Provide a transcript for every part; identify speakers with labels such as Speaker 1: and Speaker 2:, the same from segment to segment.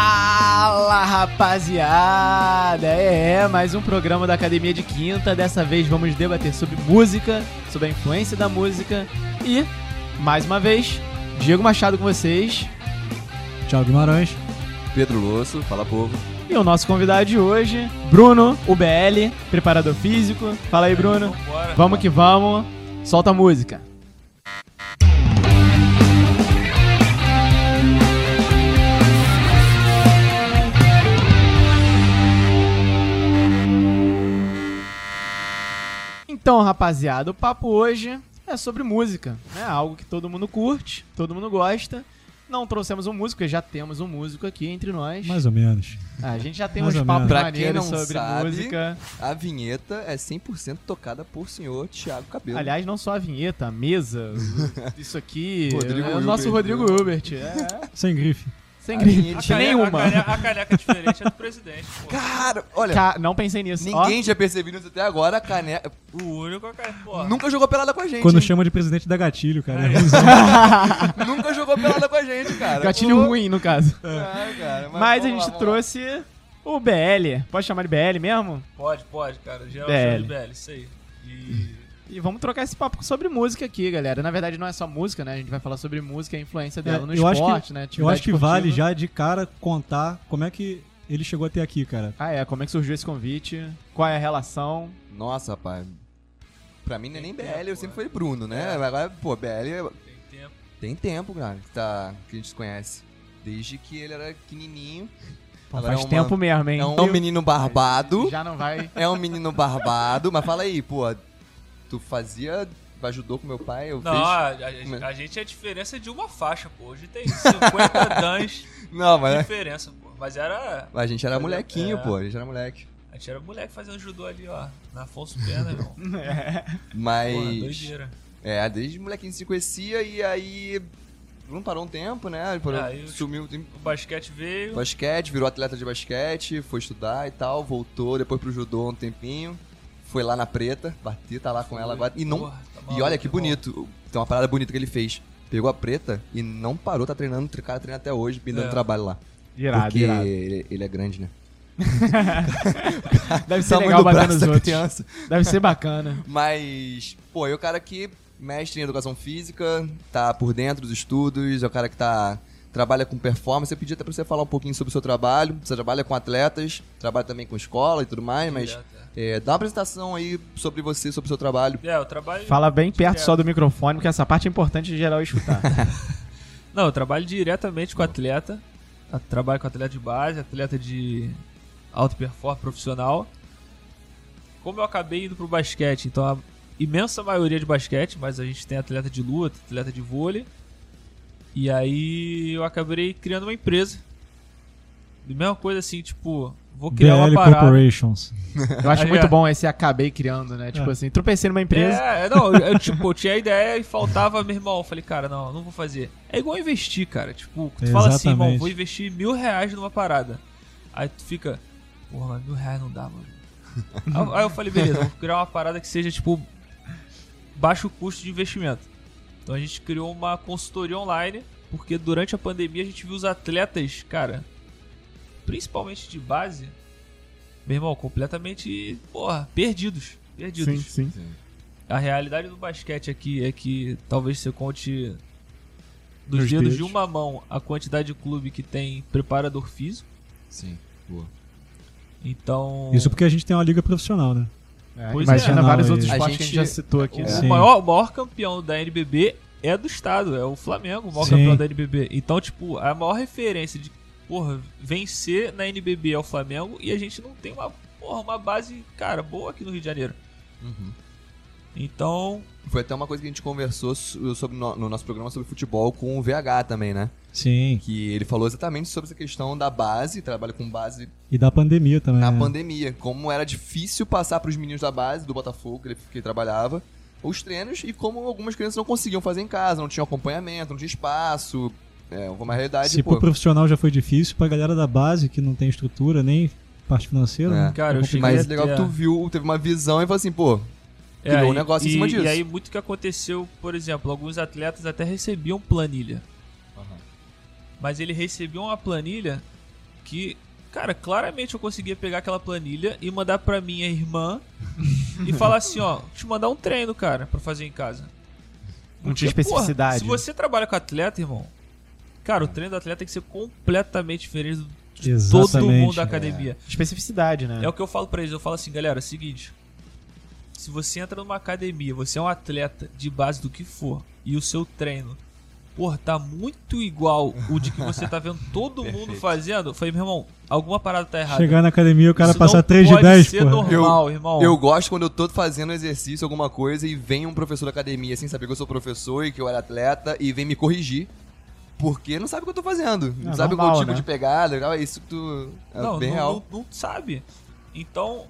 Speaker 1: Fala rapaziada! É, mais um programa da Academia de Quinta. Dessa vez vamos debater sobre música, sobre a influência da música e, mais uma vez, Diego Machado com vocês
Speaker 2: Tchau, Guimarães.
Speaker 3: Pedro Losso, fala povo.
Speaker 1: e o nosso convidado de hoje, Bruno UBL, preparador físico. Fala aí, Bruno. Vamos que vamos, solta a música. Então, rapaziada, o papo hoje é sobre música. É algo que todo mundo curte, todo mundo gosta. Não trouxemos um músico, porque já temos um músico aqui entre nós.
Speaker 2: Mais ou menos.
Speaker 1: A gente já tem
Speaker 2: Mais
Speaker 1: uns
Speaker 2: ou
Speaker 1: papos
Speaker 2: menos.
Speaker 3: Pra quem
Speaker 1: maneiros
Speaker 3: não
Speaker 1: sobre
Speaker 3: sabe,
Speaker 1: música.
Speaker 3: A vinheta é 100% tocada por senhor Thiago Cabelo.
Speaker 1: Aliás, não só a vinheta, a mesa, isso aqui.
Speaker 3: Rodrigo
Speaker 1: é o nosso
Speaker 3: Hilbert,
Speaker 1: Rodrigo
Speaker 3: né?
Speaker 1: Hilbert. É,
Speaker 2: Sem grife.
Speaker 1: sem
Speaker 3: A
Speaker 1: gripe
Speaker 3: vinheta-
Speaker 4: cane-
Speaker 1: nenhuma.
Speaker 4: A caneca, a caneca diferente é do presidente, pô.
Speaker 3: Cara, olha,
Speaker 1: Ca- não pensei nisso.
Speaker 3: ninguém já percebeu isso até agora, a caneca.
Speaker 4: O único cara, pô.
Speaker 3: Nunca jogou pelada com a gente.
Speaker 2: Quando
Speaker 3: hein?
Speaker 2: chama de presidente da gatilho, cara. É
Speaker 4: Aí.
Speaker 3: Nunca jogou pelada com a gente,
Speaker 1: Ó,
Speaker 3: cara.
Speaker 1: gatilho
Speaker 3: Pô.
Speaker 1: ruim, no caso.
Speaker 3: Ah, cara,
Speaker 1: Mas a
Speaker 3: vamos lá,
Speaker 1: gente
Speaker 3: vamos
Speaker 1: trouxe o BL. Pode chamar de BL mesmo?
Speaker 4: Pode, pode, cara. Já
Speaker 1: BL.
Speaker 4: é o BL, isso aí. E.
Speaker 1: E vamos trocar esse papo sobre música aqui, galera. Na verdade, não é só música, né? A gente vai falar sobre música e a influência dela no
Speaker 2: É, eu acho
Speaker 1: esporte,
Speaker 2: que,
Speaker 1: né?
Speaker 2: eu acho
Speaker 1: Atividade
Speaker 2: que vale
Speaker 1: esportiva.
Speaker 2: já de cara contar como é que ele chegou até aqui, cara.
Speaker 1: Ah, é. Como é que surgiu esse convite? Qual é a relação?
Speaker 3: lá. Nossa, rapaz. Pra mim não é nem
Speaker 4: Tem
Speaker 3: BL, eu
Speaker 4: tempo,
Speaker 3: sempre
Speaker 4: né?
Speaker 3: fui Bruno, né? Agora, pô, BL
Speaker 4: Tem tempo.
Speaker 3: tem tempo, cara, que, tá, que a gente se conhece. Desde que ele era pequenininho.
Speaker 1: Pô,
Speaker 3: Agora
Speaker 1: faz
Speaker 3: é uma-
Speaker 1: tempo mesmo, hein?
Speaker 3: É um menino barbado.
Speaker 1: Já não vai.
Speaker 3: É um menino barbado, mas fala aí, pô, tu fazia, ajudou com meu pai, eu
Speaker 4: Não,
Speaker 3: fiz...
Speaker 4: a, a- a gente é a diferença de uma faixa, pô. Hoje tem 50 dans de
Speaker 3: Não, mas é-
Speaker 4: diferença, pô. Mas era.
Speaker 3: a gente era molequinho,
Speaker 4: É.
Speaker 3: pô, a gente era moleque.
Speaker 4: A gente era moleque fazendo judô ali, ó. Na Afonso Pena, meu. irmão. Porra,
Speaker 3: Mas,
Speaker 4: doideira.
Speaker 3: é, desde molequinho se conhecia e aí não parou um tempo, né, parou,
Speaker 4: Ah, eu-
Speaker 3: sumiu o tempo.
Speaker 4: O basquete veio.
Speaker 3: Basquete, virou atleta de basquete, foi estudar e tal, voltou, depois pro judô um tempinho, foi lá na preta, bati, tá lá com ela agora, e não
Speaker 4: Porra, tá
Speaker 3: E
Speaker 4: maluco,
Speaker 3: olha que
Speaker 4: irmão.
Speaker 3: bonito. Tem uma parada bonita que ele fez. Pegou a preta e não parou, tá treinando. O cara treina até hoje, me dando
Speaker 4: É.
Speaker 3: trabalho lá.
Speaker 1: Irado,
Speaker 3: porque
Speaker 1: irado.
Speaker 3: Ele, ele é grande, né?
Speaker 1: Deve ser
Speaker 3: Tamanho
Speaker 1: é legal
Speaker 3: do
Speaker 1: bater
Speaker 3: braço
Speaker 1: nos
Speaker 3: da
Speaker 1: outros.
Speaker 3: criança.
Speaker 1: Deve ser bacana.
Speaker 3: Mas, pô, é o cara que mestre em educação física, tá por dentro dos estudos, é o cara que tá trabalha com performance. Eu pedi até pra você falar um pouquinho sobre o seu trabalho. Você trabalha com atletas, trabalha também com escola e tudo mais, mas
Speaker 4: Direto, é.
Speaker 3: é, dá uma apresentação aí sobre você, sobre o seu trabalho.
Speaker 4: É, eu trabalho.
Speaker 1: Fala bem perto só do microfone, porque essa parte é importante de geral escutar.
Speaker 4: Não, eu trabalho diretamente com atleta. Eu trabalho com atleta de base, atleta de alto performance profissional. Como eu acabei indo pro basquete, então a imensa maioria é de basquete, mas a gente tem atleta de luta, atleta de vôlei. E aí eu acabei criando uma empresa. E mesma coisa assim, tipo, vou criar
Speaker 2: BL
Speaker 4: uma parada.
Speaker 2: Corporations.
Speaker 1: Eu acho
Speaker 4: Aí
Speaker 1: muito
Speaker 4: é.
Speaker 1: bom esse acabei criando, né? Tipo
Speaker 2: É.
Speaker 1: assim, tropecei numa empresa.
Speaker 4: É, não, eu, tipo, eu tinha a ideia e faltava, meu irmão. Eu falei, cara, não, não vou fazer. É igual investir, cara. Tipo, tu fala assim, irmão,
Speaker 2: Exatamente.
Speaker 4: vou investir mil reais numa parada. Aí tu fica, porra, mas mil reais não dá, mano. aí, aí eu falei, beleza, vou criar uma parada que seja, tipo, baixo custo de investimento. Então a gente criou uma consultoria online, porque durante a pandemia a gente viu os atletas, cara, principalmente de base, meu irmão, completamente, porra, perdidos. Perdidos.
Speaker 1: sim.
Speaker 4: A realidade do basquete aqui é que talvez você conte dos
Speaker 1: Nos
Speaker 4: dedos,
Speaker 1: dedos.
Speaker 4: de uma mão a quantidade de clube que tem preparador físico.
Speaker 3: Sim, boa.
Speaker 4: Então,
Speaker 2: Isso porque a gente tem uma liga profissional, né?
Speaker 1: É,
Speaker 4: Pois
Speaker 1: imagina
Speaker 2: é.
Speaker 1: vários
Speaker 2: Não,
Speaker 1: outros
Speaker 3: e-
Speaker 1: esportes
Speaker 3: a
Speaker 1: que a gente
Speaker 3: gente- é.
Speaker 1: já citou aqui.
Speaker 3: o-
Speaker 1: né?
Speaker 4: o
Speaker 2: Sim.
Speaker 4: maior, o maior campeão da NBB é do estado, é o Flamengo, o maior
Speaker 2: Sim.
Speaker 4: campeão da NBB. Então, tipo, a maior referência de, porra, vencer na NBB é o Flamengo e a gente não tem uma, porra, uma base, cara, boa aqui no Rio de Janeiro.
Speaker 3: Uhum.
Speaker 4: Então,
Speaker 3: Foi até uma coisa que a gente conversou so- sobre no, no nosso programa sobre futebol com o VH também, né?
Speaker 2: Sim.
Speaker 3: Que ele falou exatamente sobre essa questão da base, trabalho com base
Speaker 2: E da pandemia também.
Speaker 3: na
Speaker 2: né?
Speaker 3: pandemia. Como era difícil passar pros meninos da base, do Botafogo, que ele, que ele trabalhava, os treinos e como algumas crianças não conseguiam fazer em casa, não tinham acompanhamento, não tinha espaço. É uma realidade,
Speaker 2: Se
Speaker 3: pô.
Speaker 2: pro profissional já foi difícil, pra galera da base que não tem estrutura nem parte financeira,
Speaker 3: É.
Speaker 2: né?
Speaker 4: cara, eu cheguei
Speaker 3: Mas
Speaker 4: a
Speaker 3: legal que
Speaker 4: ter-
Speaker 3: tu viu, teve uma visão e falou assim, pô, Criou um
Speaker 4: É, e-
Speaker 3: negócio em
Speaker 4: e,
Speaker 3: cima disso.
Speaker 4: E aí muito que aconteceu, por exemplo, alguns atletas até recebiam planilha. Mas ele recebeu uma planilha que, cara, claramente eu conseguia pegar aquela planilha e mandar pra minha irmã e falar assim, ó, te mandar um treino, cara, pra fazer em casa.
Speaker 1: Não tinha
Speaker 4: Porque, porra,
Speaker 1: especificidade.
Speaker 4: se você trabalha com atleta, irmão, cara, o treino do atleta tem que ser completamente diferente do de todo
Speaker 2: Exatamente.
Speaker 4: mundo da academia.
Speaker 1: Especificidade, né?
Speaker 4: É. o que eu falo pra eles, eu falo assim, galera, é o seguinte, se você entra numa academia, você é um atleta de base do que for, e o seu treino, porra, tá muito igual o de que você tá vendo todo mundo fazendo, eu falei, meu irmão, alguma parada tá errada.
Speaker 2: Chegar na academia e o cara
Speaker 4: Isso
Speaker 2: passar
Speaker 4: não
Speaker 2: 3 de
Speaker 4: pode
Speaker 2: 10,
Speaker 4: ser
Speaker 2: porra.
Speaker 4: normal, irmão.
Speaker 3: Eu gosto quando eu tô fazendo exercício, alguma coisa, e vem um professor da academia sem saber que eu sou professor e que eu era atleta, e vem me corrigir. Porque não sabe o que eu tô fazendo. Não
Speaker 1: É
Speaker 3: sabe
Speaker 1: normal,
Speaker 3: qual tipo
Speaker 1: né?
Speaker 3: de pegada. cara, Isso que tu. É
Speaker 4: não,
Speaker 3: bem
Speaker 4: não,
Speaker 3: real.
Speaker 4: não- não sabe. Então,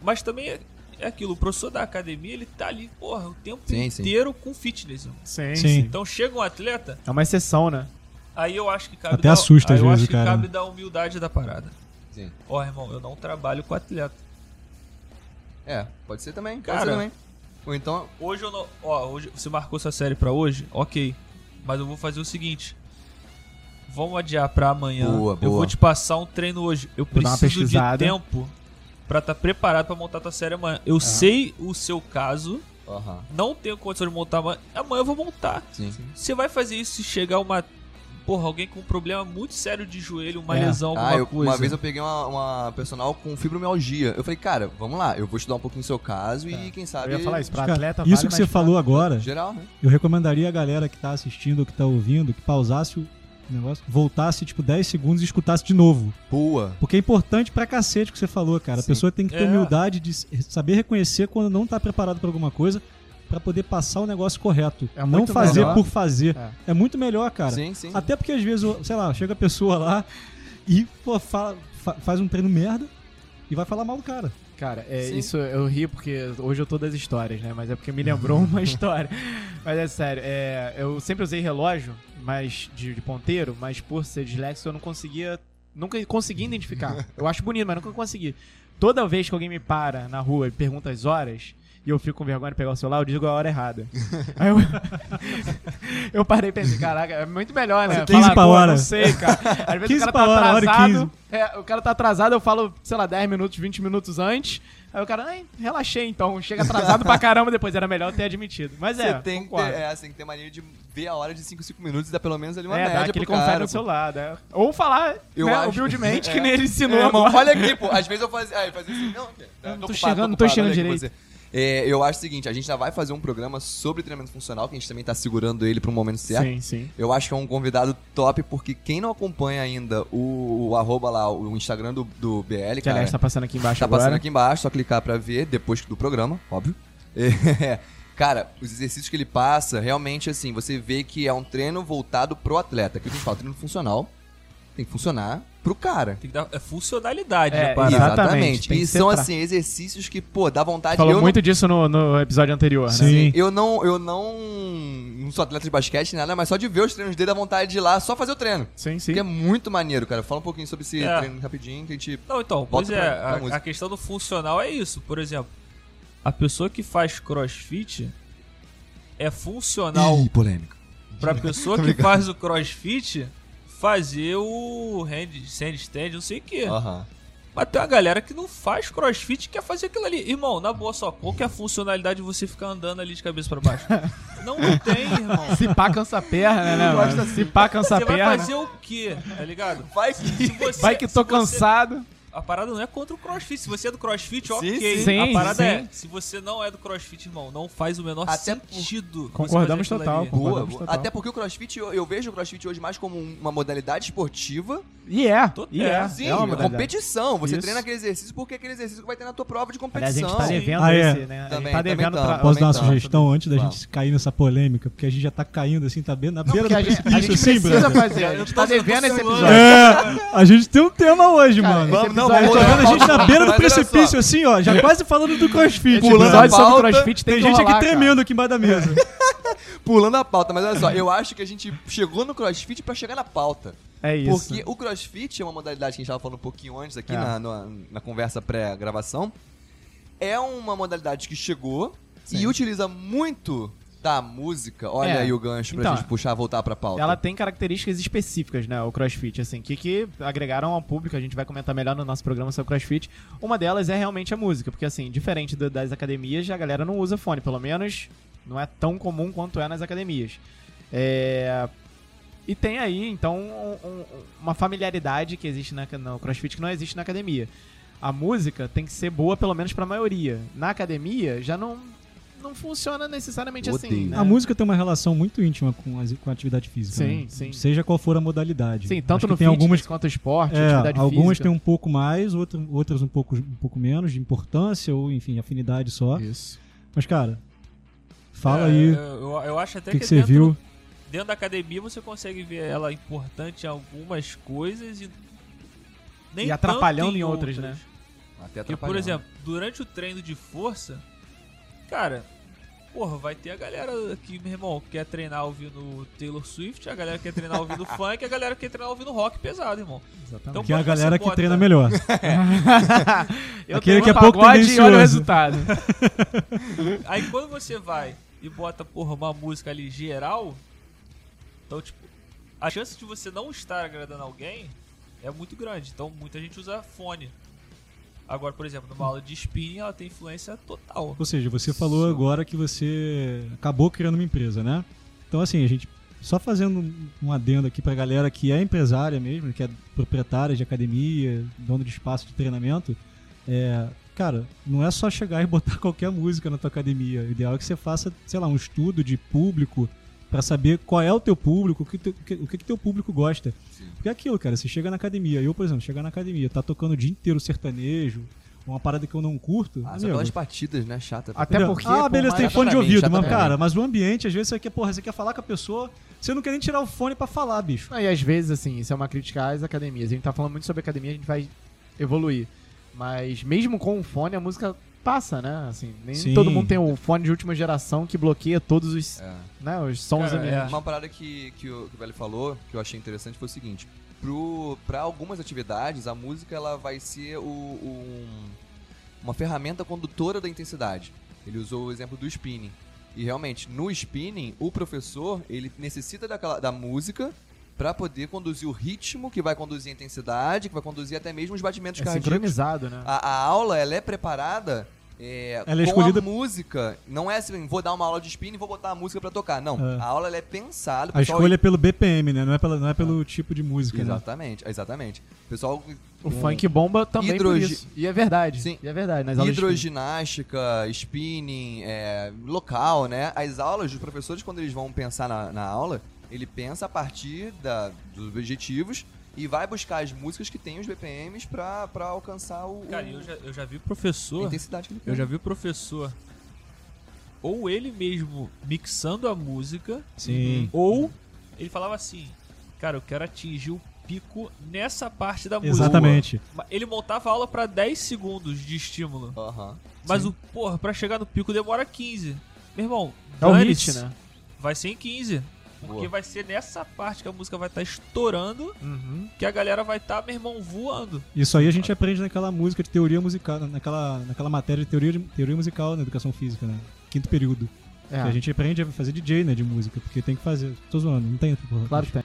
Speaker 4: mas também é, é aquilo, o professor da academia, ele tá ali, porra, o tempo
Speaker 3: Sim, sim.
Speaker 4: inteiro com fitness. irmão.
Speaker 1: Sim,
Speaker 2: Sim.
Speaker 1: sim.
Speaker 4: Então chega um atleta,
Speaker 1: É uma exceção, né?
Speaker 4: aí eu acho que cabe
Speaker 2: Até
Speaker 4: da-
Speaker 2: assusta
Speaker 4: aí
Speaker 2: às
Speaker 4: eu
Speaker 2: vezes
Speaker 4: acho
Speaker 2: o
Speaker 4: que
Speaker 2: cara,
Speaker 4: cabe
Speaker 2: né?
Speaker 4: da humildade da parada.
Speaker 3: Sim.
Speaker 4: Ó, irmão, eu não trabalho com atleta.
Speaker 3: É, pode ser também. pode
Speaker 4: Cara.
Speaker 3: ser também. Ou então.
Speaker 4: Hoje eu não. Ó, hoje você marcou sua série pra hoje? Ok. Mas eu vou fazer o seguinte. Vamos adiar pra amanhã.
Speaker 3: Boa,
Speaker 4: Eu
Speaker 3: boa.
Speaker 4: vou te passar um treino hoje. Eu
Speaker 1: Vou dar uma
Speaker 4: preciso de
Speaker 1: pesquisada.
Speaker 4: tempo pra estar preparado pra montar tua série amanhã.
Speaker 3: Ah.
Speaker 4: Eu sei o seu caso,
Speaker 3: Aham.
Speaker 4: não tenho condição de montar amanhã. Amanhã eu vou montar.
Speaker 3: Sim.
Speaker 4: Você vai fazer isso se chegar uma. Porra, alguém com um problema muito sério de joelho, uma
Speaker 1: É.
Speaker 4: lesão, alguma
Speaker 3: Ah, eu-
Speaker 4: coisa.
Speaker 3: uma vez eu peguei uma, uma personal com fibromialgia. Eu falei, cara, vamos lá, eu vou estudar um pouquinho o seu caso e quem sabe.
Speaker 1: Tá. Eu ia falar isso, pra
Speaker 2: Cara,
Speaker 1: atleta
Speaker 2: isso
Speaker 1: vale
Speaker 2: que
Speaker 1: mais
Speaker 2: você
Speaker 1: pra-
Speaker 2: falou agora,
Speaker 3: Geral, né?
Speaker 2: eu recomendaria a galera que tá assistindo ou que tá ouvindo que pausasse o negócio, voltasse tipo 10 segundos e escutasse de novo.
Speaker 3: Boa.
Speaker 2: Porque é importante pra cacete o que você falou, cara.
Speaker 3: Sim.
Speaker 2: A pessoa tem que ter
Speaker 4: É.
Speaker 2: humildade de s- saber reconhecer quando não tá preparado pra alguma coisa pra poder passar o negócio correto.
Speaker 1: É
Speaker 2: não
Speaker 1: muito
Speaker 2: fazer
Speaker 1: melhor.
Speaker 2: por fazer.
Speaker 1: É.
Speaker 2: É. muito melhor, cara.
Speaker 3: Sim, sim.
Speaker 2: Até porque às vezes, sei lá, chega a pessoa lá e pô, fala- fa- faz um treino merda e vai falar mal do cara.
Speaker 1: Cara, é,
Speaker 3: Sim.
Speaker 1: isso eu ri porque hoje eu tô das histórias, né? Mas é porque me lembrou uma história. Mas é sério, é, eu sempre usei relógio, mas de, de ponteiro, mas por ser disléxico eu não conseguia. Nunca consegui identificar. Eu acho bonito, mas nunca consegui. Toda vez que alguém me para na rua e pergunta as horas, e eu fico com vergonha de pegar o celular, eu digo a hora errada. Aí eu, eu parei e pensei, caraca, é muito melhor, né?
Speaker 2: 15 pra
Speaker 1: "Pô,
Speaker 2: hora."
Speaker 1: Não sei, cara. Às vezes
Speaker 2: 15
Speaker 1: o cara
Speaker 2: pra
Speaker 1: tá
Speaker 2: hora, hora e
Speaker 1: atrasado.
Speaker 2: 15.
Speaker 1: É, o cara tá atrasado, eu falo, sei lá, 10 minutos, 20 minutos antes. Aí o cara, ai, relaxei então. Chega atrasado pra caramba depois. Era melhor eu ter admitido. Mas é,
Speaker 3: Você tem, que ter,
Speaker 1: concordo.
Speaker 3: é, você tem que ter mania de ver a hora de 5 5 minutos e dar pelo menos ali uma
Speaker 1: É, dá
Speaker 3: média
Speaker 1: aquele
Speaker 3: pro
Speaker 1: confere
Speaker 3: cara.
Speaker 1: no
Speaker 3: pô.
Speaker 1: celular, né? Ou falar,
Speaker 3: Eu
Speaker 1: né,
Speaker 3: acho.
Speaker 1: humildemente, que
Speaker 3: É.
Speaker 1: nem ele ensinou.
Speaker 3: É, irmão,
Speaker 1: agora.
Speaker 3: olha aqui, pô. Às vezes eu fazia, ah, eu fazia assim, não, cara,
Speaker 1: Eu não tô
Speaker 3: ocupado,
Speaker 1: chegando, não tô
Speaker 3: ocupado,
Speaker 1: chegando
Speaker 3: olha aqui
Speaker 1: direito.
Speaker 3: você. É, eu acho o seguinte, a gente ainda vai fazer um programa sobre treinamento funcional, que a gente também tá segurando ele pra um momento certo.
Speaker 1: Sim, sim.
Speaker 3: Eu acho que é um convidado top, porque quem não acompanha ainda o, o arroba lá, o Instagram do, do BL,
Speaker 1: Que aliás
Speaker 3: cara,
Speaker 1: tá passando aqui embaixo
Speaker 3: tá
Speaker 1: agora.
Speaker 3: passando aqui embaixo, só clicar pra ver, depois do programa, óbvio. É, cara, os exercícios que ele passa, realmente, assim, você vê que é um treino voltado pro atleta. Que a gente fala, treino funcional, tem que funcionar pro cara.
Speaker 4: Tem que dar é funcionalidade
Speaker 1: É,
Speaker 4: na parada.
Speaker 1: exato. Exatamente, tem que
Speaker 3: E
Speaker 1: ser
Speaker 3: são,
Speaker 1: pra-
Speaker 3: assim, exercícios que, pô, dá vontade...
Speaker 1: Falou
Speaker 3: Ah, eu
Speaker 1: muito disso no, no episódio anterior,
Speaker 2: Sim.
Speaker 1: né?
Speaker 3: Não, eu não... Eu não... Não sou atleta de basquete, nem nada, mas só de ver os treinos dele dá vontade de ir lá só fazer o treino.
Speaker 1: Sim, sim.
Speaker 3: Porque é muito maneiro, cara. Fala um pouquinho sobre esse
Speaker 4: É.
Speaker 3: treino rapidinho, que a gente...
Speaker 4: Não, então, pois
Speaker 3: Bota
Speaker 4: é,
Speaker 3: pra- pra
Speaker 4: a- a,
Speaker 3: música.
Speaker 4: questão do funcional é isso. Por exemplo, a pessoa que faz crossfit é funcional
Speaker 3: Ih, polêmica.
Speaker 4: pra pessoa que faz o crossfit fazer o hand, handstand, não sei o quê.
Speaker 3: Aham.
Speaker 4: Mas tem uma galera que não faz crossfit e quer fazer aquilo ali. Irmão, na boa só, qual que é a funcionalidade de você ficar andando ali de cabeça pra baixo? não tem, irmão.
Speaker 1: Se pá, cansa a perna, né?
Speaker 3: gosto
Speaker 1: mano? Se pá, cansa
Speaker 4: Você
Speaker 1: a
Speaker 4: vai
Speaker 1: perna.
Speaker 4: fazer o quê, tá ligado?
Speaker 3: Vai que...
Speaker 4: Se você-
Speaker 1: Vai que tô
Speaker 4: se você-
Speaker 1: cansado.
Speaker 4: A parada não é contra o crossfit. Se você é do crossfit,
Speaker 3: Sim,
Speaker 4: ok.
Speaker 1: sim.
Speaker 4: a
Speaker 1: Sim,
Speaker 4: parada
Speaker 1: sim.
Speaker 4: é, se você não é do crossfit, irmão, não faz o menor
Speaker 3: Até por-
Speaker 4: sentido. você
Speaker 1: Concordamos
Speaker 4: fazer aquilo
Speaker 1: total.
Speaker 4: ali.
Speaker 3: Boa,
Speaker 1: Concordamos
Speaker 3: boa.
Speaker 1: total.
Speaker 3: Até porque o crossfit, eu, eu vejo o crossfit hoje mais como um- uma modalidade esportiva.
Speaker 1: E é. E é.
Speaker 3: Sim,
Speaker 1: é uma modalidade.
Speaker 3: competição. Você
Speaker 1: Isso.
Speaker 3: treina aquele exercício porque é aquele exercício que vai ter na tua prova de competição.
Speaker 1: Aliás, a gente tá devendo
Speaker 2: Ah, é.
Speaker 1: esse, né? A gente
Speaker 3: Também,
Speaker 1: tá
Speaker 3: também
Speaker 1: devendo
Speaker 3: tamo.
Speaker 1: pra...
Speaker 2: Posso dar uma
Speaker 3: Aumentar.
Speaker 2: sugestão antes da
Speaker 3: Vamos.
Speaker 2: gente cair nessa polêmica? Porque a gente já tá caindo assim, tá be- na beira
Speaker 1: Porque
Speaker 2: do
Speaker 1: a gente, a
Speaker 2: precipício
Speaker 1: gente
Speaker 2: assim,
Speaker 1: precisa
Speaker 2: brother.
Speaker 1: fazer. A
Speaker 4: Eu
Speaker 1: gente
Speaker 4: tô-
Speaker 1: tá
Speaker 4: eu tô
Speaker 1: devendo esse
Speaker 4: suando.
Speaker 1: episódio.
Speaker 2: É, a gente tem um tema hoje,
Speaker 1: Cara,
Speaker 2: mano.
Speaker 1: esse é
Speaker 3: vamos- não,
Speaker 1: episódio-
Speaker 2: Tô
Speaker 3: vamos-
Speaker 2: vendo a gente na beira do
Speaker 3: Mas olha só.
Speaker 2: precipício assim, ó, já quase falando do crossfit.
Speaker 1: Esse
Speaker 3: Pulando
Speaker 2: brother.
Speaker 1: episódio sobre
Speaker 3: pauta.
Speaker 1: crossfit tem,
Speaker 2: Tem
Speaker 1: que
Speaker 2: gente
Speaker 1: rolar,
Speaker 2: aqui tremendo aqui embaixo da mesa.
Speaker 3: Pulando a pauta, mas olha só, eu acho que a gente chegou no crossfit pra chegar na pauta.
Speaker 1: Cara. É isso.
Speaker 3: Porque o crossfit é uma modalidade que a gente tava falando um pouquinho antes aqui
Speaker 1: É.
Speaker 3: na, na, na conversa pré-gravação. É uma modalidade que chegou
Speaker 1: Sim.
Speaker 3: e utiliza muito da música, olha
Speaker 1: É.
Speaker 3: aí o gancho pra
Speaker 1: Então,
Speaker 3: gente puxar, voltar pra pauta.
Speaker 1: Ela tem características específicas, né? O CrossFit, assim, que, que agregaram ao público. A gente vai comentar melhor no nosso programa sobre CrossFit. Uma delas é realmente a música, porque, assim, diferente do- das academias, a galera não usa fone. Pelo menos não é tão comum quanto é nas academias. É, E tem aí, então, um- um- uma familiaridade que existe na, no CrossFit que não existe na academia. A música tem que ser boa, pelo menos, pra maioria. Na academia, já não, não funciona necessariamente assim.
Speaker 3: Odeio.
Speaker 1: Né?
Speaker 2: A música tem uma relação muito íntima com, as- com a atividade física.
Speaker 1: Sim,
Speaker 2: né?
Speaker 1: sim.
Speaker 2: Seja qual for a modalidade.
Speaker 1: Sim, tanto
Speaker 2: Acho que
Speaker 1: no
Speaker 2: tem
Speaker 1: fitness
Speaker 2: algumas
Speaker 1: quanto esporte,
Speaker 2: É,
Speaker 1: atividade
Speaker 2: algumas
Speaker 1: física.
Speaker 2: têm um pouco mais, outro- outras um pouco, um pouco menos de importância ou, enfim, afinidade só.
Speaker 1: Isso.
Speaker 2: Mas, cara, fala
Speaker 4: É,
Speaker 2: aí o
Speaker 4: Eu, eu acho até
Speaker 2: que,
Speaker 4: que,
Speaker 2: que você
Speaker 4: dentro,
Speaker 2: viu.
Speaker 4: dentro da academia você consegue ver ela importante em algumas coisas e. Nem
Speaker 1: E
Speaker 4: tanto
Speaker 1: atrapalhando em outras, né?
Speaker 3: Até
Speaker 4: Porque, por
Speaker 3: atrapalhando.
Speaker 4: exemplo, durante o treino de força, cara, porra, vai ter a galera que, meu irmão, quer treinar ouvindo Taylor Swift, a galera que quer treinar ouvindo funk, a galera que quer treinar ouvindo rock pesado, irmão.
Speaker 1: Exatamente.
Speaker 4: Então,
Speaker 2: Que é a
Speaker 4: quando
Speaker 2: galera
Speaker 4: você
Speaker 2: que
Speaker 4: bota-
Speaker 2: treina melhor.
Speaker 1: Eu
Speaker 2: Aquele
Speaker 1: tenho
Speaker 2: que é
Speaker 1: um
Speaker 2: pouco
Speaker 1: pagode e olha o
Speaker 2: tendencioso.
Speaker 1: resultado.
Speaker 4: Aí quando você vai e bota, porra, uma música ali geral, então, tipo, a chance de você não estar agradando alguém é muito grande. Então, muita gente usa fone. Agora, por exemplo, numa aula de spinning, ela tem influência total.
Speaker 2: Ou seja, você falou agora que você acabou criando uma empresa, né? Então, assim, a gente. Só fazendo um- um adendo aqui pra galera que é empresária mesmo, que é proprietária de academia, dono de espaço de treinamento, é, cara, não é só chegar e botar qualquer música na tua academia. O ideal é que você faça, sei lá, um estudo de público pra saber qual é o teu público, o que teu, o que- o que que teu público gosta. Porque é aquilo, cara, você chega na academia, eu, por exemplo, chegar na academia, tá tocando o dia inteiro sertanejo, uma parada que eu não curto.
Speaker 3: Ah, só
Speaker 2: amigo,
Speaker 3: aquelas partidas, né? Chata. pra
Speaker 1: Até
Speaker 2: Entendeu?
Speaker 1: porque,
Speaker 2: Ah,
Speaker 1: por
Speaker 2: beleza,
Speaker 1: mais-
Speaker 2: tem fone
Speaker 3: Exatamente,
Speaker 2: de ouvido, mas,
Speaker 3: exatamente.
Speaker 2: cara, mas o ambiente, às vezes, você quer, porra, você quer falar com a pessoa, você não quer nem tirar o fone pra falar, bicho.
Speaker 1: Não, e às vezes, assim, isso é uma crítica às academias. A gente tá falando muito sobre academia, a gente vai evoluir. Mas mesmo com o fone, a música passa, né? Assim, nem
Speaker 2: Sim.
Speaker 1: todo mundo tem o fone de última geração que bloqueia todos os,
Speaker 3: caralho. É.
Speaker 1: né, os sons
Speaker 4: Cara,
Speaker 1: ambientes.
Speaker 3: Uma parada que, que, o, que o Velho falou, que eu achei interessante, foi o seguinte: pro, pra algumas atividades, a música ela vai ser o, um- uma ferramenta condutora da intensidade. Ele usou o exemplo do spinning. E realmente, no spinning, o professor ele necessita daquela, da música pra poder conduzir o ritmo, que vai conduzir a intensidade, que vai conduzir até mesmo os batimentos
Speaker 1: É
Speaker 3: cardíacos.
Speaker 1: sincronizado, né?
Speaker 3: A, a aula ela é preparada é,
Speaker 2: Ela é
Speaker 3: com
Speaker 2: escolhida-
Speaker 3: a música. Não é assim, vou dar uma aula de spin e vou botar a música pra tocar. Não,
Speaker 2: É.
Speaker 3: a aula ela é pensada. o
Speaker 2: A
Speaker 3: pessoal-
Speaker 2: escolha é pelo BPM, né? Não é, pela, não é pelo tipo de música, né?
Speaker 3: Exatamente, exatamente. O pessoal
Speaker 1: O funk bomba também
Speaker 3: Hidrogi-
Speaker 1: por isso. E é verdade.
Speaker 3: Sim.
Speaker 1: E é verdade. Nas aulas de
Speaker 3: hidroginástica, spinning, é, local, né? As aulas, os professores, quando eles vão pensar na, na aula, ele pensa a partir da- dos objetivos e vai buscar as músicas que tem os BPMs pra, pra alcançar o, o-
Speaker 4: Cara, eu já, eu já vi
Speaker 3: a
Speaker 4: professor
Speaker 3: intensidade que ele
Speaker 4: Eu
Speaker 3: quer.
Speaker 4: já vi o professor ou ele mesmo mixando a música,
Speaker 1: Uhum.
Speaker 2: Sim.
Speaker 4: ou ele falava assim: "Cara, eu quero atingir o pico nessa parte da
Speaker 2: Exatamente.
Speaker 4: música". Ele montava a aula pra 10 segundos de estímulo,
Speaker 3: Aham.
Speaker 4: mas o porra, pra chegar no pico demora 15. Meu irmão,
Speaker 1: É o
Speaker 4: dane-se,
Speaker 1: hit, né?
Speaker 4: Vai ser em 15. Porque
Speaker 3: Boa.
Speaker 4: vai ser nessa parte que a música vai estar estourando
Speaker 1: Uhum.
Speaker 4: que a galera vai estar, meu irmão, voando.
Speaker 2: Isso aí a gente aprende naquela música de teoria musical, naquela, naquela matéria de teoria, de- teoria musical na educação física, né? Quinto período.
Speaker 1: É,
Speaker 2: Que a gente aprende a fazer DJ, né? De música, porque tem que fazer. Tô zoando, não tem. Porra,
Speaker 1: claro que tem.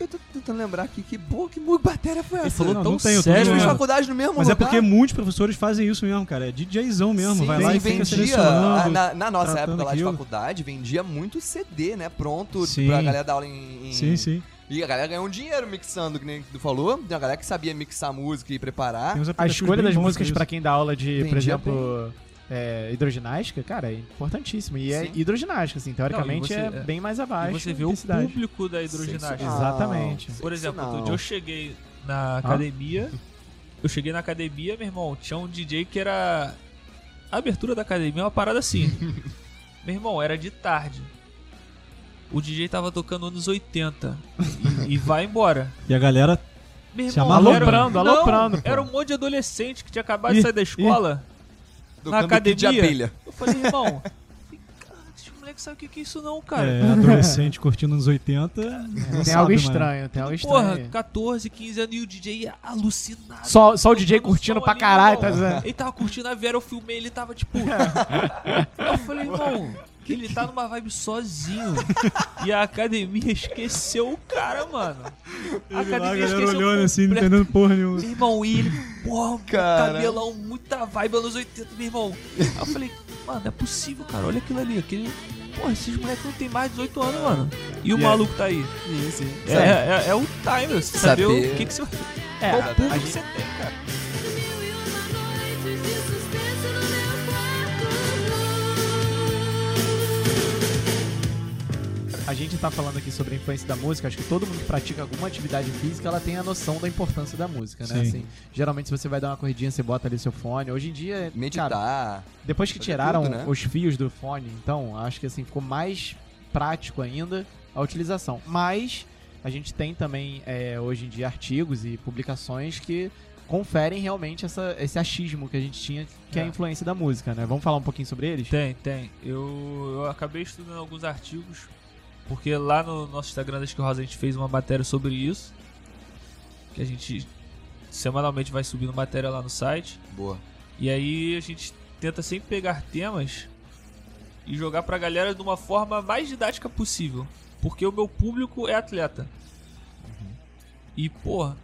Speaker 3: Eu tô tentando lembrar aqui que boa, que boa bateria foi essa.
Speaker 2: falou Não, tão não tem, eu tô
Speaker 3: Eu
Speaker 2: sério,
Speaker 3: fiz
Speaker 2: zoando.
Speaker 3: faculdade no mesmo
Speaker 2: Mas é
Speaker 3: lugar.
Speaker 2: porque muitos professores fazem isso mesmo, cara. É DJzão mesmo.
Speaker 3: Sim,
Speaker 2: vai lá
Speaker 3: sim,
Speaker 2: e fica
Speaker 3: vendia.
Speaker 2: selecionando.
Speaker 3: ah, Na, na nossa
Speaker 2: tratando
Speaker 3: época lá
Speaker 2: aquilo.
Speaker 3: de faculdade, vendia muito CD, né? Pronto
Speaker 2: Sim.
Speaker 3: pra galera dar aula em. em-
Speaker 2: Sim, sim.
Speaker 3: E a galera ganhou um dinheiro mixando, que nem tu falou. Tem uma galera que sabia mixar música e preparar.
Speaker 2: Tem uns
Speaker 1: A
Speaker 2: aplicativos
Speaker 1: escolha
Speaker 2: bem
Speaker 1: das
Speaker 2: bons pra
Speaker 1: músicas
Speaker 2: isso.
Speaker 1: pra quem dá aula de, por
Speaker 3: Entendi,
Speaker 1: exemplo, é, hidroginástica, cara, é importantíssimo. E é
Speaker 3: Sim.
Speaker 1: hidroginástica, assim, teoricamente
Speaker 4: Não, e você-
Speaker 1: é
Speaker 4: é.
Speaker 1: bem mais
Speaker 4: e
Speaker 1: abaixo.
Speaker 4: você
Speaker 1: da
Speaker 4: vê o
Speaker 1: intensidade.
Speaker 4: público da hidroginástica.
Speaker 3: Sensacional.
Speaker 1: Exatamente.
Speaker 3: Sensacional.
Speaker 4: Por exemplo, outro dia eu cheguei na academia. Eu cheguei na academia, meu irmão, tinha um DJ que era. A abertura da academia é uma parada assim. meu irmão, era de tarde. O DJ tava tocando anos 80. E, e vai embora.
Speaker 2: E a galera
Speaker 4: Meu
Speaker 2: Se
Speaker 4: irmão,
Speaker 2: amalou-
Speaker 4: era- um-
Speaker 1: Aloprando,
Speaker 4: não,
Speaker 1: aloprando, pô.
Speaker 4: Era um monte de adolescente que tinha acabado
Speaker 1: Ih,
Speaker 4: de sair da escola.
Speaker 3: Tocando
Speaker 4: na
Speaker 3: Kid de
Speaker 4: academia.
Speaker 3: abelha.
Speaker 4: Eu falei, irmão, cara, esses moleques moleque sabe o que, que é isso não, cara.
Speaker 2: É, adolescente curtindo nos 80. não
Speaker 1: Tá. Tem
Speaker 2: sabe,
Speaker 1: algo
Speaker 2: mano.
Speaker 1: estranho, tem algo estranho.
Speaker 4: Porra,
Speaker 1: aí.
Speaker 4: 14, 15 anos e o DJ alucinado.
Speaker 1: Só, só o DJ
Speaker 4: Tocando
Speaker 1: curtindo
Speaker 4: som
Speaker 1: pra
Speaker 4: ali,
Speaker 1: caralho, tá
Speaker 4: irmão.
Speaker 1: dizendo?
Speaker 4: Ele tava curtindo a Vera, eu filmei, ele tava tipo. eu falei, irmão, que ele tá numa vibe sozinho. E a academia esqueceu o cara, mano. A
Speaker 2: Ele lá, a
Speaker 4: academia
Speaker 2: galera
Speaker 4: esqueceu
Speaker 2: olhando assim, não
Speaker 1: né?
Speaker 4: completo-
Speaker 2: entendendo porra nenhuma.
Speaker 4: Meu irmão, e ele, porra, um
Speaker 3: Cara.
Speaker 4: cabelão, muita vibe anos 80, meu irmão. Aí eu falei, mano, não é possível, cara, olha aquilo ali. Aquele... Porra, esses moleques não tem mais de 18 anos, mano. E o
Speaker 2: E é-
Speaker 4: maluco tá aí. É,
Speaker 3: Sabe-
Speaker 4: é, é o time, meu. Você saber
Speaker 3: Saber-
Speaker 4: o que, que você vai.
Speaker 1: É,
Speaker 4: qual
Speaker 1: a- a
Speaker 4: público
Speaker 1: gente-
Speaker 4: você tem, cara.
Speaker 5: E uma noite de suspense no meu quarto.
Speaker 1: A gente tá falando aqui sobre a influência da música, acho que todo mundo que pratica alguma atividade física, ela tem a noção da importância da música, né?
Speaker 2: Sim.
Speaker 1: Assim, geralmente se você vai dar uma corridinha, você bota ali seu fone. Hoje em dia,
Speaker 3: Meditar.
Speaker 1: cara, depois que
Speaker 3: fazer
Speaker 1: tiraram
Speaker 3: tudo, né?
Speaker 1: os fios do fone, então, acho que assim ficou mais prático ainda a utilização. Mas a gente tem também é, hoje em dia artigos e publicações que conferem realmente essa- esse achismo que a gente tinha que é a
Speaker 4: É.
Speaker 1: influência da música, né? Vamos falar um pouquinho sobre eles?
Speaker 4: Tem, tem. Eu, eu acabei estudando alguns artigos, porque lá no nosso Instagram da Skill House a gente fez uma matéria sobre isso. Que a gente semanalmente vai subindo matéria lá no site.
Speaker 3: Boa.
Speaker 4: E aí a gente tenta sempre pegar temas e jogar pra galera de uma forma mais didática possível. Porque o meu público é atleta. E, porra,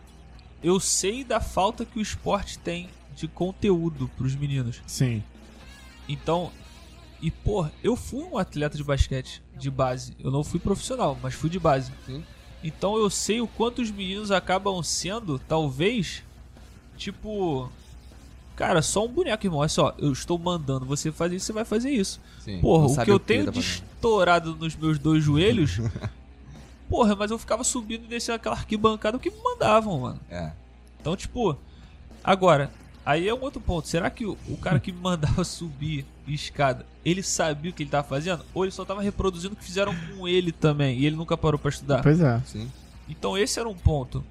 Speaker 4: eu sei da falta que o esporte tem de conteúdo pros meninos.
Speaker 1: Sim.
Speaker 4: Então, e porra, eu fui um atleta de basquete de base. Eu não fui profissional, mas fui de base.
Speaker 3: Sim.
Speaker 4: Então eu sei o quanto os meninos acabam sendo, talvez, tipo. Cara, só um boneco, irmão. Olha só, eu estou mandando você fazer isso, você vai fazer isso.
Speaker 3: Sim.
Speaker 4: Porra,
Speaker 3: Não
Speaker 4: o
Speaker 3: sabe
Speaker 4: que eu
Speaker 3: tá
Speaker 4: tenho de
Speaker 3: fazendo.
Speaker 4: estourado nos meus dois joelhos. porra, mas eu ficava subindo e descendo aquela arquibancada que me mandavam, mano.
Speaker 3: É.
Speaker 4: Então, tipo, agora, aí é um outro ponto. Será que o, o cara que me mandava subir escada, ele sabia o que ele tava fazendo? Ou ele só tava reproduzindo o que fizeram com ele também e ele nunca parou pra estudar?
Speaker 1: Pois é.
Speaker 3: Sim.
Speaker 4: Então, esse era um ponto.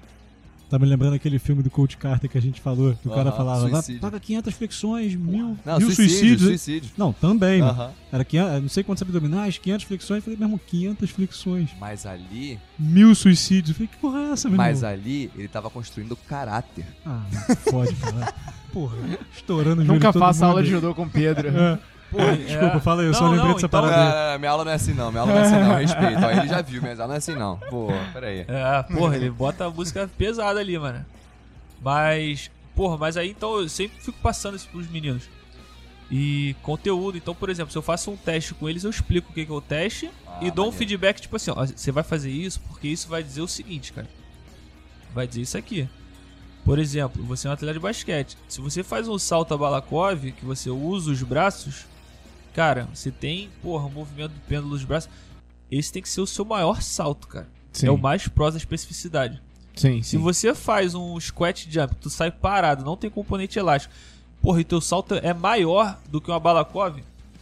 Speaker 2: Tá me lembrando aquele filme do Coach Carter que a gente falou, que o cara
Speaker 3: Aham,
Speaker 2: falava, "Vai,
Speaker 3: suicídio.
Speaker 2: paga 500 flexões, mil,
Speaker 3: Não,
Speaker 2: mil
Speaker 3: suicídio,
Speaker 2: suicídios.
Speaker 3: suicídio.
Speaker 2: Não, também, mano.
Speaker 3: Aham.
Speaker 2: Era 500, não sei quantos abdominais, 500 flexões. Eu falei, meu irmão, 500 flexões,
Speaker 3: Mas ali,
Speaker 2: mil suicídios. Eu falei, que porra é essa, meu
Speaker 3: mas
Speaker 2: irmão?
Speaker 3: ali, ele tava construindo caráter.
Speaker 2: Ah, pode, cara. Porra, estourando o joelho
Speaker 1: Nunca
Speaker 2: todo
Speaker 1: faça
Speaker 2: mundo.
Speaker 1: aula de judô com o Pedro.
Speaker 2: É.
Speaker 4: Porra,
Speaker 2: Desculpa, fala aí, eu só
Speaker 4: Não,
Speaker 2: lembrei
Speaker 4: não,
Speaker 2: dessa
Speaker 4: então-
Speaker 3: Não,
Speaker 2: parada.
Speaker 3: não, não, minha aula não é assim não, minha aula não é assim não, respeito. Ó, ele já viu, minha aula não é assim não. Pô, peraí.
Speaker 4: É, porra, ele bota a música pesada ali, mano. Mas, porra, mas aí então eu sempre fico passando isso pros meninos. E conteúdo, então, por exemplo, se eu faço um teste com eles, eu explico o que que é o teste
Speaker 3: Ah,
Speaker 4: e dou um
Speaker 3: maneiro.
Speaker 4: feedback, tipo assim, ó, você vai fazer isso porque isso vai dizer o seguinte, cara. Vai dizer isso aqui. Por exemplo, você é um atleta de basquete. Se você faz um salto a Balakov, que você usa os braços, cara, você tem, porra, um movimento do pêndulo dos braços. Esse tem que ser o seu maior salto, cara.
Speaker 1: Sim.
Speaker 4: É o mais próximo da especificidade.
Speaker 1: Sim,
Speaker 4: Se você faz um squat jump, tu sai parado, não tem componente elástico, porra, e teu salto é maior do que uma balacov,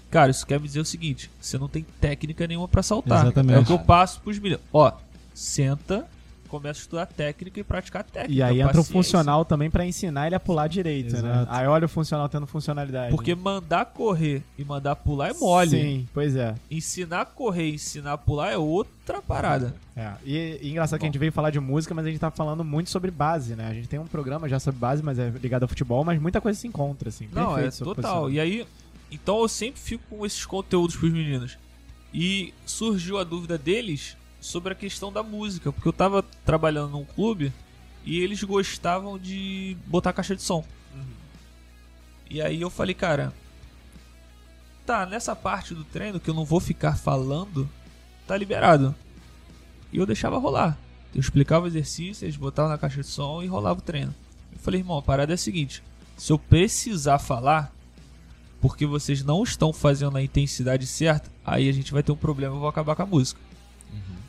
Speaker 4: cara, isso quer me dizer o seguinte, você não tem técnica nenhuma pra saltar.
Speaker 2: Exatamente.
Speaker 4: É o que eu passo pros meninos. Ó, senta, começa a estudar técnica e praticar técnica.
Speaker 1: E aí entra o
Speaker 4: paciência.
Speaker 1: funcional também pra ensinar ele a pular direito, né?
Speaker 2: Exato.
Speaker 1: Aí olha o funcional tendo funcionalidade.
Speaker 4: Porque mandar correr e mandar pular é mole.
Speaker 1: Sim, pois é.
Speaker 4: Ensinar a correr e ensinar a pular é outra parada.
Speaker 1: É, E, e engraçado que a gente veio falar de música, mas a gente tá falando muito sobre base, né? A gente tem um programa já sobre base, mas é ligado ao futebol, mas muita coisa se encontra, assim.
Speaker 4: Não,
Speaker 1: Perfeito
Speaker 4: é
Speaker 1: seu
Speaker 4: total.
Speaker 1: posicionamento.
Speaker 4: E aí, então eu sempre fico com esses conteúdos pros meninos. E surgiu a dúvida deles sobre a questão da música, porque eu tava trabalhando num clube e eles gostavam de botar caixa de som.
Speaker 1: Uhum.
Speaker 4: E aí eu falei, cara, tá, nessa parte do treino que eu não vou ficar falando, tá liberado. E eu deixava rolar. Eu explicava o exercício, eles botavam na caixa de som e rolava o treino. Eu falei, irmão, a parada é a seguinte: se eu precisar falar, porque vocês não estão fazendo a intensidade certa, aí a gente vai ter um problema, eu vou acabar com a música.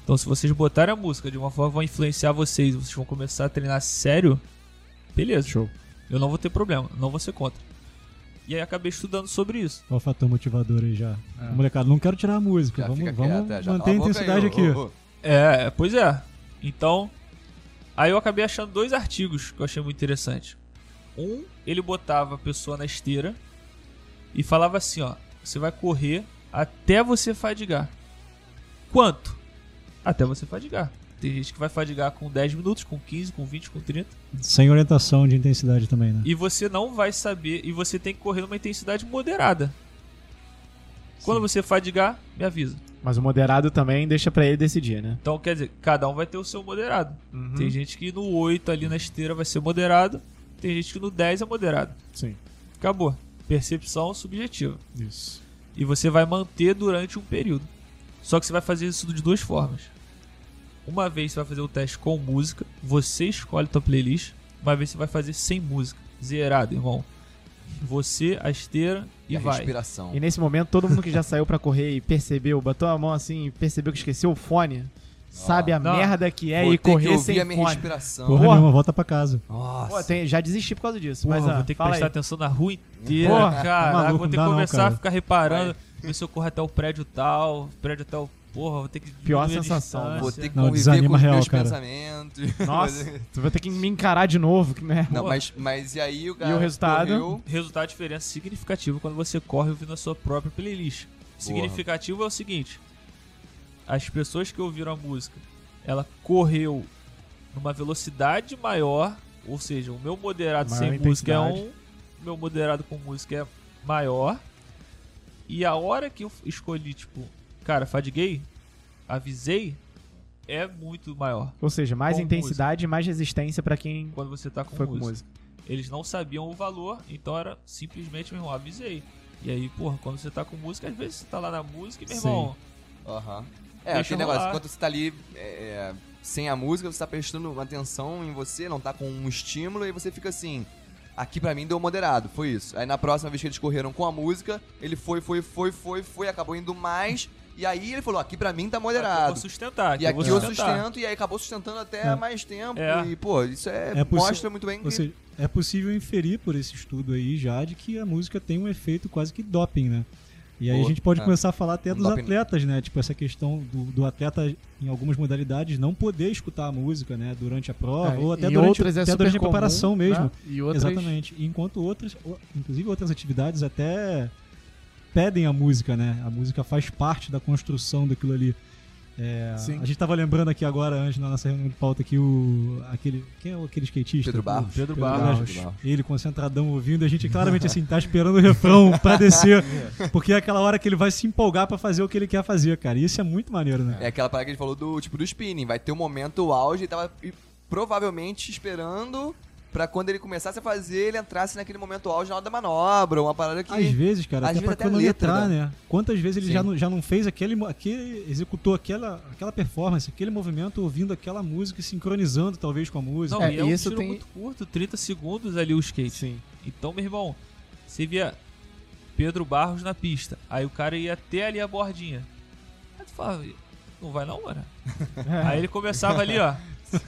Speaker 4: Então, se vocês botarem a música de uma forma vai influenciar vocês, vocês vão começar a treinar sério, beleza.
Speaker 1: Show.
Speaker 4: Eu não vou ter problema, não vou ser contra. E aí acabei estudando sobre isso.
Speaker 2: Olha o fator motivador aí já.
Speaker 1: É.
Speaker 2: Molecada, não quero tirar a música.
Speaker 3: Já
Speaker 2: vamos
Speaker 3: fica
Speaker 2: vamos
Speaker 3: quieto, é, já
Speaker 2: manter a
Speaker 3: cala boca
Speaker 2: intensidade
Speaker 3: aí,
Speaker 2: aqui.
Speaker 3: ô, ô, ô.
Speaker 4: É, pois é. Então, aí eu acabei achando dois artigos que eu achei muito interessante. Um, ele botava a pessoa na esteira e falava assim, ó, você vai correr até você fadigar. Quanto? Até você fadigar. Tem gente que vai fadigar com 10 minutos, com 15, com 20, com 30.
Speaker 2: Sem orientação de intensidade também, né?
Speaker 4: E você não vai saber. E você tem que correr numa intensidade moderada. Quando você fadigar, me avisa.
Speaker 1: Mas o moderado também deixa pra ele decidir, né?
Speaker 4: Então, quer dizer, cada um vai ter o seu moderado. Tem
Speaker 1: Uhum.
Speaker 4: gente que no 8 ali na esteira vai ser moderado. Tem gente que no 10 é moderado.
Speaker 1: Sim.
Speaker 4: Acabou. Percepção subjetiva.
Speaker 1: Isso.
Speaker 4: E você vai manter durante um período. Só que você vai fazer isso de duas formas. Uma vez você vai fazer o teste com música, você escolhe tua playlist. Uma vez você vai fazer sem música. Zerado, irmão. Você, a esteira e,
Speaker 3: a
Speaker 4: vai.
Speaker 3: respiração.
Speaker 1: E nesse momento, todo mundo que já saiu pra correr e percebeu, botou a mão assim e percebeu que esqueceu o fone, sabe a
Speaker 4: Não.
Speaker 1: merda que é
Speaker 3: Vou
Speaker 1: e
Speaker 3: ter que
Speaker 1: correr
Speaker 3: ouvir
Speaker 1: sem
Speaker 3: a minha
Speaker 1: fone.
Speaker 3: respiração.
Speaker 2: Porra
Speaker 1: Porra.
Speaker 2: nenhuma, volta pra casa.
Speaker 3: Nossa.
Speaker 1: Pô, tem- já desisti por causa disso,
Speaker 4: Porra,
Speaker 1: mas ah,
Speaker 4: vou ter que
Speaker 1: fala aí.
Speaker 4: prestar atenção na rua inteira,
Speaker 1: Porra,
Speaker 4: cara.
Speaker 2: tá maluco,
Speaker 4: vou ter
Speaker 2: não
Speaker 4: que
Speaker 2: dá não,
Speaker 4: começar
Speaker 2: cara.
Speaker 4: a ficar reparando, ver se eu corro até o prédio tal, prédio tal, porra, vou ter que
Speaker 1: Pior
Speaker 4: diminuir a
Speaker 1: sensação,
Speaker 4: distância.
Speaker 3: Vou ter que
Speaker 2: Não,
Speaker 3: conviver
Speaker 2: desanima
Speaker 3: com os
Speaker 2: real,
Speaker 3: meus
Speaker 2: cara.
Speaker 3: pensamentos.
Speaker 1: Nossa, tu vai ter que me encarar de novo, que merda.
Speaker 3: Não, mas, mas e aí o cara
Speaker 1: E o resultado?
Speaker 3: correu.
Speaker 4: Resultado de diferença significativo quando você corre ouvindo a sua própria playlist. Significativo é o seguinte: as pessoas que ouviram a música, ela correu numa velocidade maior, ou seja, o meu moderado
Speaker 1: Maior
Speaker 4: sem música é um,
Speaker 1: intensidade.
Speaker 4: o meu moderado com música é maior. E a hora que eu escolhi, tipo, cara, fadiguei, avisei, é muito maior
Speaker 1: Ou seja, mais
Speaker 4: Com
Speaker 1: intensidade e mais resistência pra quem
Speaker 4: quando você tá com
Speaker 1: foi com
Speaker 4: música.
Speaker 1: música.
Speaker 4: Eles não sabiam o valor, então era simplesmente, meu irmão, avisei. E aí, porra, quando você tá com música, às vezes você tá lá na música e, meu
Speaker 1: Sim.
Speaker 4: irmão,
Speaker 3: Aham. É,
Speaker 4: Deixa
Speaker 3: aquele negócio,
Speaker 4: rolar.
Speaker 3: enquanto você tá ali é, é, sem a música, você tá prestando atenção em você, não tá com um estímulo, e você fica assim. Aqui pra mim deu moderado, foi isso. Aí na próxima vez que eles correram com a música, ele foi, foi, foi, foi, foi, acabou indo mais. E aí ele falou: aqui pra mim tá
Speaker 4: aqui eu vou
Speaker 3: moderado.
Speaker 4: sustentar.
Speaker 3: E aqui
Speaker 4: eu
Speaker 3: eu
Speaker 4: vou sustentar.
Speaker 3: sustento, e aí acabou sustentando até
Speaker 2: É.
Speaker 3: mais tempo.
Speaker 4: É.
Speaker 3: E, pô, isso é,
Speaker 2: É possi-
Speaker 3: mostra muito bem
Speaker 2: Ou
Speaker 3: que.
Speaker 2: seja, é possível inferir por esse estudo aí já de que a música tem um efeito quase que doping, né? E aí
Speaker 3: Boa.
Speaker 2: a gente pode
Speaker 3: É.
Speaker 2: começar a falar até dos
Speaker 3: Doping.
Speaker 2: atletas, né? Tipo, essa questão do, do atleta, em algumas modalidades, não poder escutar a música, né? Durante a prova,
Speaker 1: É,
Speaker 2: ou até
Speaker 1: em
Speaker 2: durante,
Speaker 1: outras é
Speaker 2: até
Speaker 1: super
Speaker 2: durante a
Speaker 1: comum,
Speaker 2: preparação mesmo.
Speaker 1: né? E outras...
Speaker 2: Exatamente. Enquanto outras, o- inclusive outras atividades até pedem a música, né? A música faz parte da construção daquilo ali. É,
Speaker 1: Sim.
Speaker 2: A gente tava lembrando aqui agora, antes na nossa reunião de pauta, que o. aquele. Quem é o- aquele skatista?
Speaker 3: Pedro
Speaker 2: O
Speaker 3: Barros.
Speaker 4: Pedro
Speaker 2: Pedro
Speaker 4: Barros.
Speaker 2: Barros.
Speaker 3: Pedro Barros.
Speaker 2: Ele concentradão ouvindo, a gente claramente assim, tá esperando o refrão pra descer. Porque é aquela hora que ele vai se empolgar pra fazer o que ele quer fazer, cara. E isso é muito maneiro, né?
Speaker 3: É aquela parada que a gente falou do tipo do spinning. Vai ter um momento o auge e tava e provavelmente esperando pra quando ele começasse a fazer, ele entrasse naquele momento auge na hora da manobra, uma parada que.
Speaker 2: Às vezes, cara,
Speaker 3: às
Speaker 2: até
Speaker 3: vezes
Speaker 2: pra
Speaker 3: até a letra
Speaker 2: cronometrar,
Speaker 3: dá.
Speaker 2: né? Quantas vezes ele
Speaker 3: Sim.
Speaker 2: já não, já não fez aquele, mo- aquele. executou aquela, aquela performance, aquele movimento, ouvindo aquela música e sincronizando, talvez, com a música.
Speaker 4: Não,
Speaker 1: É,
Speaker 4: e é um
Speaker 1: isso
Speaker 4: tiro
Speaker 1: tem-
Speaker 4: muito curto, 30 segundos ali o skate.
Speaker 1: Sim.
Speaker 4: Então, meu irmão, você via Pedro Barros na pista, aí o cara ia até ali a bordinha. Aí tu falava, não vai não, mano. Aí ele começava ali, ó.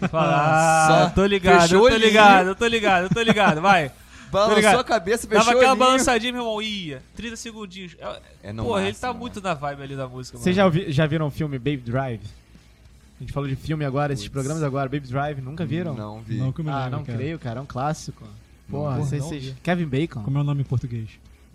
Speaker 4: Fala, ah,
Speaker 3: Só
Speaker 4: eu tô ligado,
Speaker 3: fechou
Speaker 4: eu tô
Speaker 3: ali.
Speaker 4: ligado, eu tô ligado, eu tô ligado, vai.
Speaker 3: Balançou
Speaker 4: Obrigado.
Speaker 3: a cabeça, fechou
Speaker 4: Dava aquela
Speaker 3: ali.
Speaker 4: balançadinha, meu irmão, ia. 30 segundinhos. É,
Speaker 3: É no
Speaker 4: Porra, ele
Speaker 3: máximo,
Speaker 4: tá
Speaker 3: né?
Speaker 4: muito na vibe ali da música, mano.
Speaker 1: Vocês já, ouvi- já viram o filme Baby Drive? A gente falou de filme agora, esses
Speaker 3: Putz.
Speaker 1: programas agora. Baby Drive, nunca viram?
Speaker 3: Não vi.
Speaker 2: Não, que eu me
Speaker 1: Ah,
Speaker 2: lembro,
Speaker 1: não
Speaker 2: cara.
Speaker 1: creio, cara. É um clássico. Porra,
Speaker 4: Porra,
Speaker 1: vocês-
Speaker 4: não
Speaker 1: vocês-
Speaker 4: vi.
Speaker 1: Kevin Bacon.
Speaker 2: Como é o nome em português?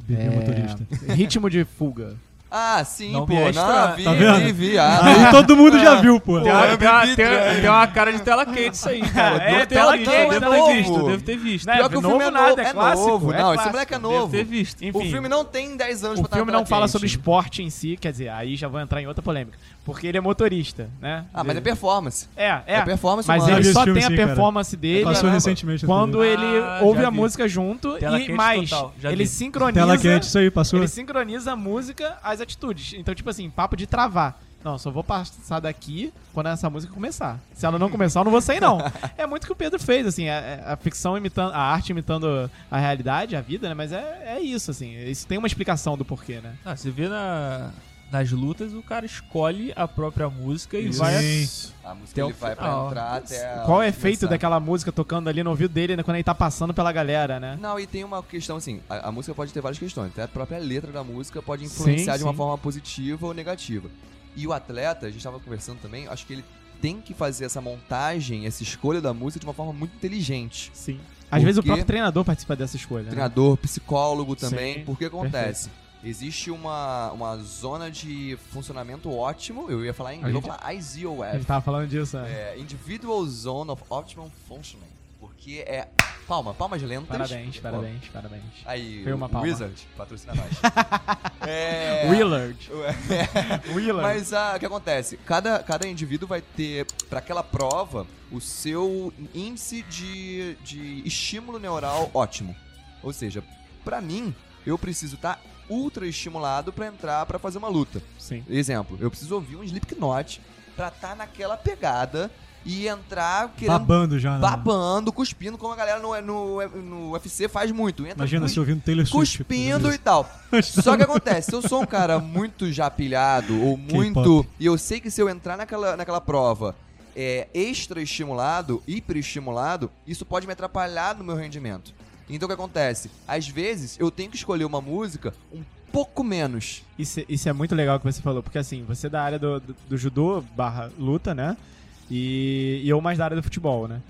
Speaker 2: Bebê
Speaker 1: É,
Speaker 2: motorista.
Speaker 1: Ritmo de fuga.
Speaker 3: Ah, sim, pô.
Speaker 4: Não vi extra.
Speaker 3: Não, vi,
Speaker 2: Tá vendo?
Speaker 3: vi, vi. Ah,
Speaker 2: Aí todo mundo já viu, pô.
Speaker 4: Tem,
Speaker 3: Pô,
Speaker 4: uma,
Speaker 3: eu
Speaker 4: tem, uma-
Speaker 3: vi
Speaker 4: tem uma-
Speaker 3: vídeo,
Speaker 4: tem uma cara de tela quente isso aí, cara.
Speaker 1: É,
Speaker 4: Devo ter
Speaker 1: tela
Speaker 4: visto,
Speaker 1: quente,
Speaker 4: devo
Speaker 3: tela
Speaker 4: ter
Speaker 3: quente.
Speaker 4: visto, devo ter visto.
Speaker 1: Né?
Speaker 3: Pior que o
Speaker 1: novo
Speaker 3: filme é
Speaker 1: nada,
Speaker 3: novo.
Speaker 1: é
Speaker 3: É
Speaker 1: clássico,
Speaker 3: novo.
Speaker 1: é
Speaker 3: Não, esse
Speaker 1: clássico.
Speaker 3: moleque é
Speaker 4: Devo
Speaker 3: novo.
Speaker 4: ter visto.
Speaker 1: Enfim,
Speaker 3: O filme não tem 10 anos
Speaker 1: O
Speaker 3: pra tá
Speaker 1: filme
Speaker 3: na
Speaker 1: não fala
Speaker 3: frente.
Speaker 1: sobre esporte em si, quer dizer, aí já vou entrar em outra polêmica. Porque ele é motorista, né?
Speaker 3: Ah, mas é performance.
Speaker 1: É, é.
Speaker 3: É, performance,
Speaker 1: mas
Speaker 2: Já
Speaker 3: humana.
Speaker 2: vi
Speaker 1: ele
Speaker 2: esse
Speaker 1: só
Speaker 2: filme
Speaker 1: tem a
Speaker 2: sim, cara.
Speaker 1: performance dele
Speaker 2: Passou
Speaker 3: caramba.
Speaker 2: recentemente. assim, na
Speaker 1: né? quando
Speaker 2: TV.
Speaker 1: ele
Speaker 4: Ah,
Speaker 1: ouve
Speaker 4: já
Speaker 1: a
Speaker 4: vi.
Speaker 1: música junto
Speaker 4: Tela
Speaker 1: e
Speaker 4: quente
Speaker 1: mais
Speaker 4: total, já
Speaker 1: ele
Speaker 4: vi.
Speaker 1: sincroniza.
Speaker 2: Tela quente, isso aí, passou.
Speaker 1: Ele sincroniza a música às atitudes. Então, tipo assim, papo de travar. Não, só vou passar daqui quando essa música começar. Se ela não começar, eu não vou sair, não. É muito o que o Pedro fez, assim, a, a ficção imitando, a arte imitando a realidade, a vida, né? Mas é, é isso, assim. Isso tem uma explicação do porquê, né?
Speaker 4: Ah, você vê na- nas lutas, o cara escolhe a própria música e
Speaker 2: Isso.
Speaker 4: vai...
Speaker 2: Sim.
Speaker 3: A música
Speaker 1: Tem
Speaker 3: ele
Speaker 1: um
Speaker 3: vai pra
Speaker 4: final.
Speaker 3: entrar até.
Speaker 1: Qual é
Speaker 3: a-
Speaker 1: o efeito
Speaker 3: começar.
Speaker 1: daquela música tocando ali no ouvido dele né, quando ele tá passando pela galera, né?
Speaker 3: Não, e tem uma questão assim, a, a música pode ter várias questões, até a própria letra da música pode influenciar
Speaker 1: Sim,
Speaker 3: de uma
Speaker 1: sim.
Speaker 3: forma positiva ou negativa. E o atleta, a gente estava conversando também, acho que ele tem que fazer essa montagem, essa escolha da música de uma forma muito inteligente.
Speaker 1: Sim. Às vezes o
Speaker 3: Porque-
Speaker 1: próprio treinador participa dessa escolha. né?
Speaker 3: Treinador, psicólogo também,
Speaker 1: Sim,
Speaker 3: porque acontece. Existe uma, uma zona de funcionamento ótimo, eu ia falar em
Speaker 1: A
Speaker 3: inglês, eu
Speaker 1: gente-
Speaker 3: vou falar
Speaker 1: A gente
Speaker 3: IZOF.
Speaker 1: tava falando disso, né?
Speaker 3: É, Individual Zone of Optimum Functioning. Porque é. Palma, palmas lentas. é,
Speaker 1: Parabéns,
Speaker 3: Pô,
Speaker 1: parabéns, parabéns.
Speaker 3: Aí,
Speaker 1: Foi uma
Speaker 3: o
Speaker 1: palma.
Speaker 3: Wizard, patrocina mais. é...
Speaker 1: Willard.
Speaker 3: É.
Speaker 1: Willard.
Speaker 3: Mas ah, o que acontece? Cada, cada indivíduo vai ter, para aquela prova, o seu índice de, de estímulo neural ótimo. Ou seja, para mim, eu preciso estar ultra estimulado para entrar para fazer uma luta.
Speaker 1: Sim.
Speaker 3: Exemplo, eu preciso ouvir um Slipknot pra estar naquela pegada e entrar querendo
Speaker 2: Babando já, né?
Speaker 3: babando, cuspindo, como a galera no, no, no UFC faz muito. Entra
Speaker 2: Imagina
Speaker 3: cus-
Speaker 2: se ouvindo Taylor Swift.
Speaker 3: cuspindo e tal. Só que acontece, se eu sou um cara muito já pilhado, ou muito.
Speaker 2: K-pop.
Speaker 3: E eu sei que se eu entrar naquela, naquela prova é, extra estimulado, hiper estimulado, isso pode me atrapalhar no meu rendimento. Então o que acontece? Às vezes eu tenho que escolher uma música um pouco menos.
Speaker 1: Isso, isso é muito legal que você falou, porque assim, você é da área do, do, do judô barra luta, né? E, e eu mais da área do futebol, né?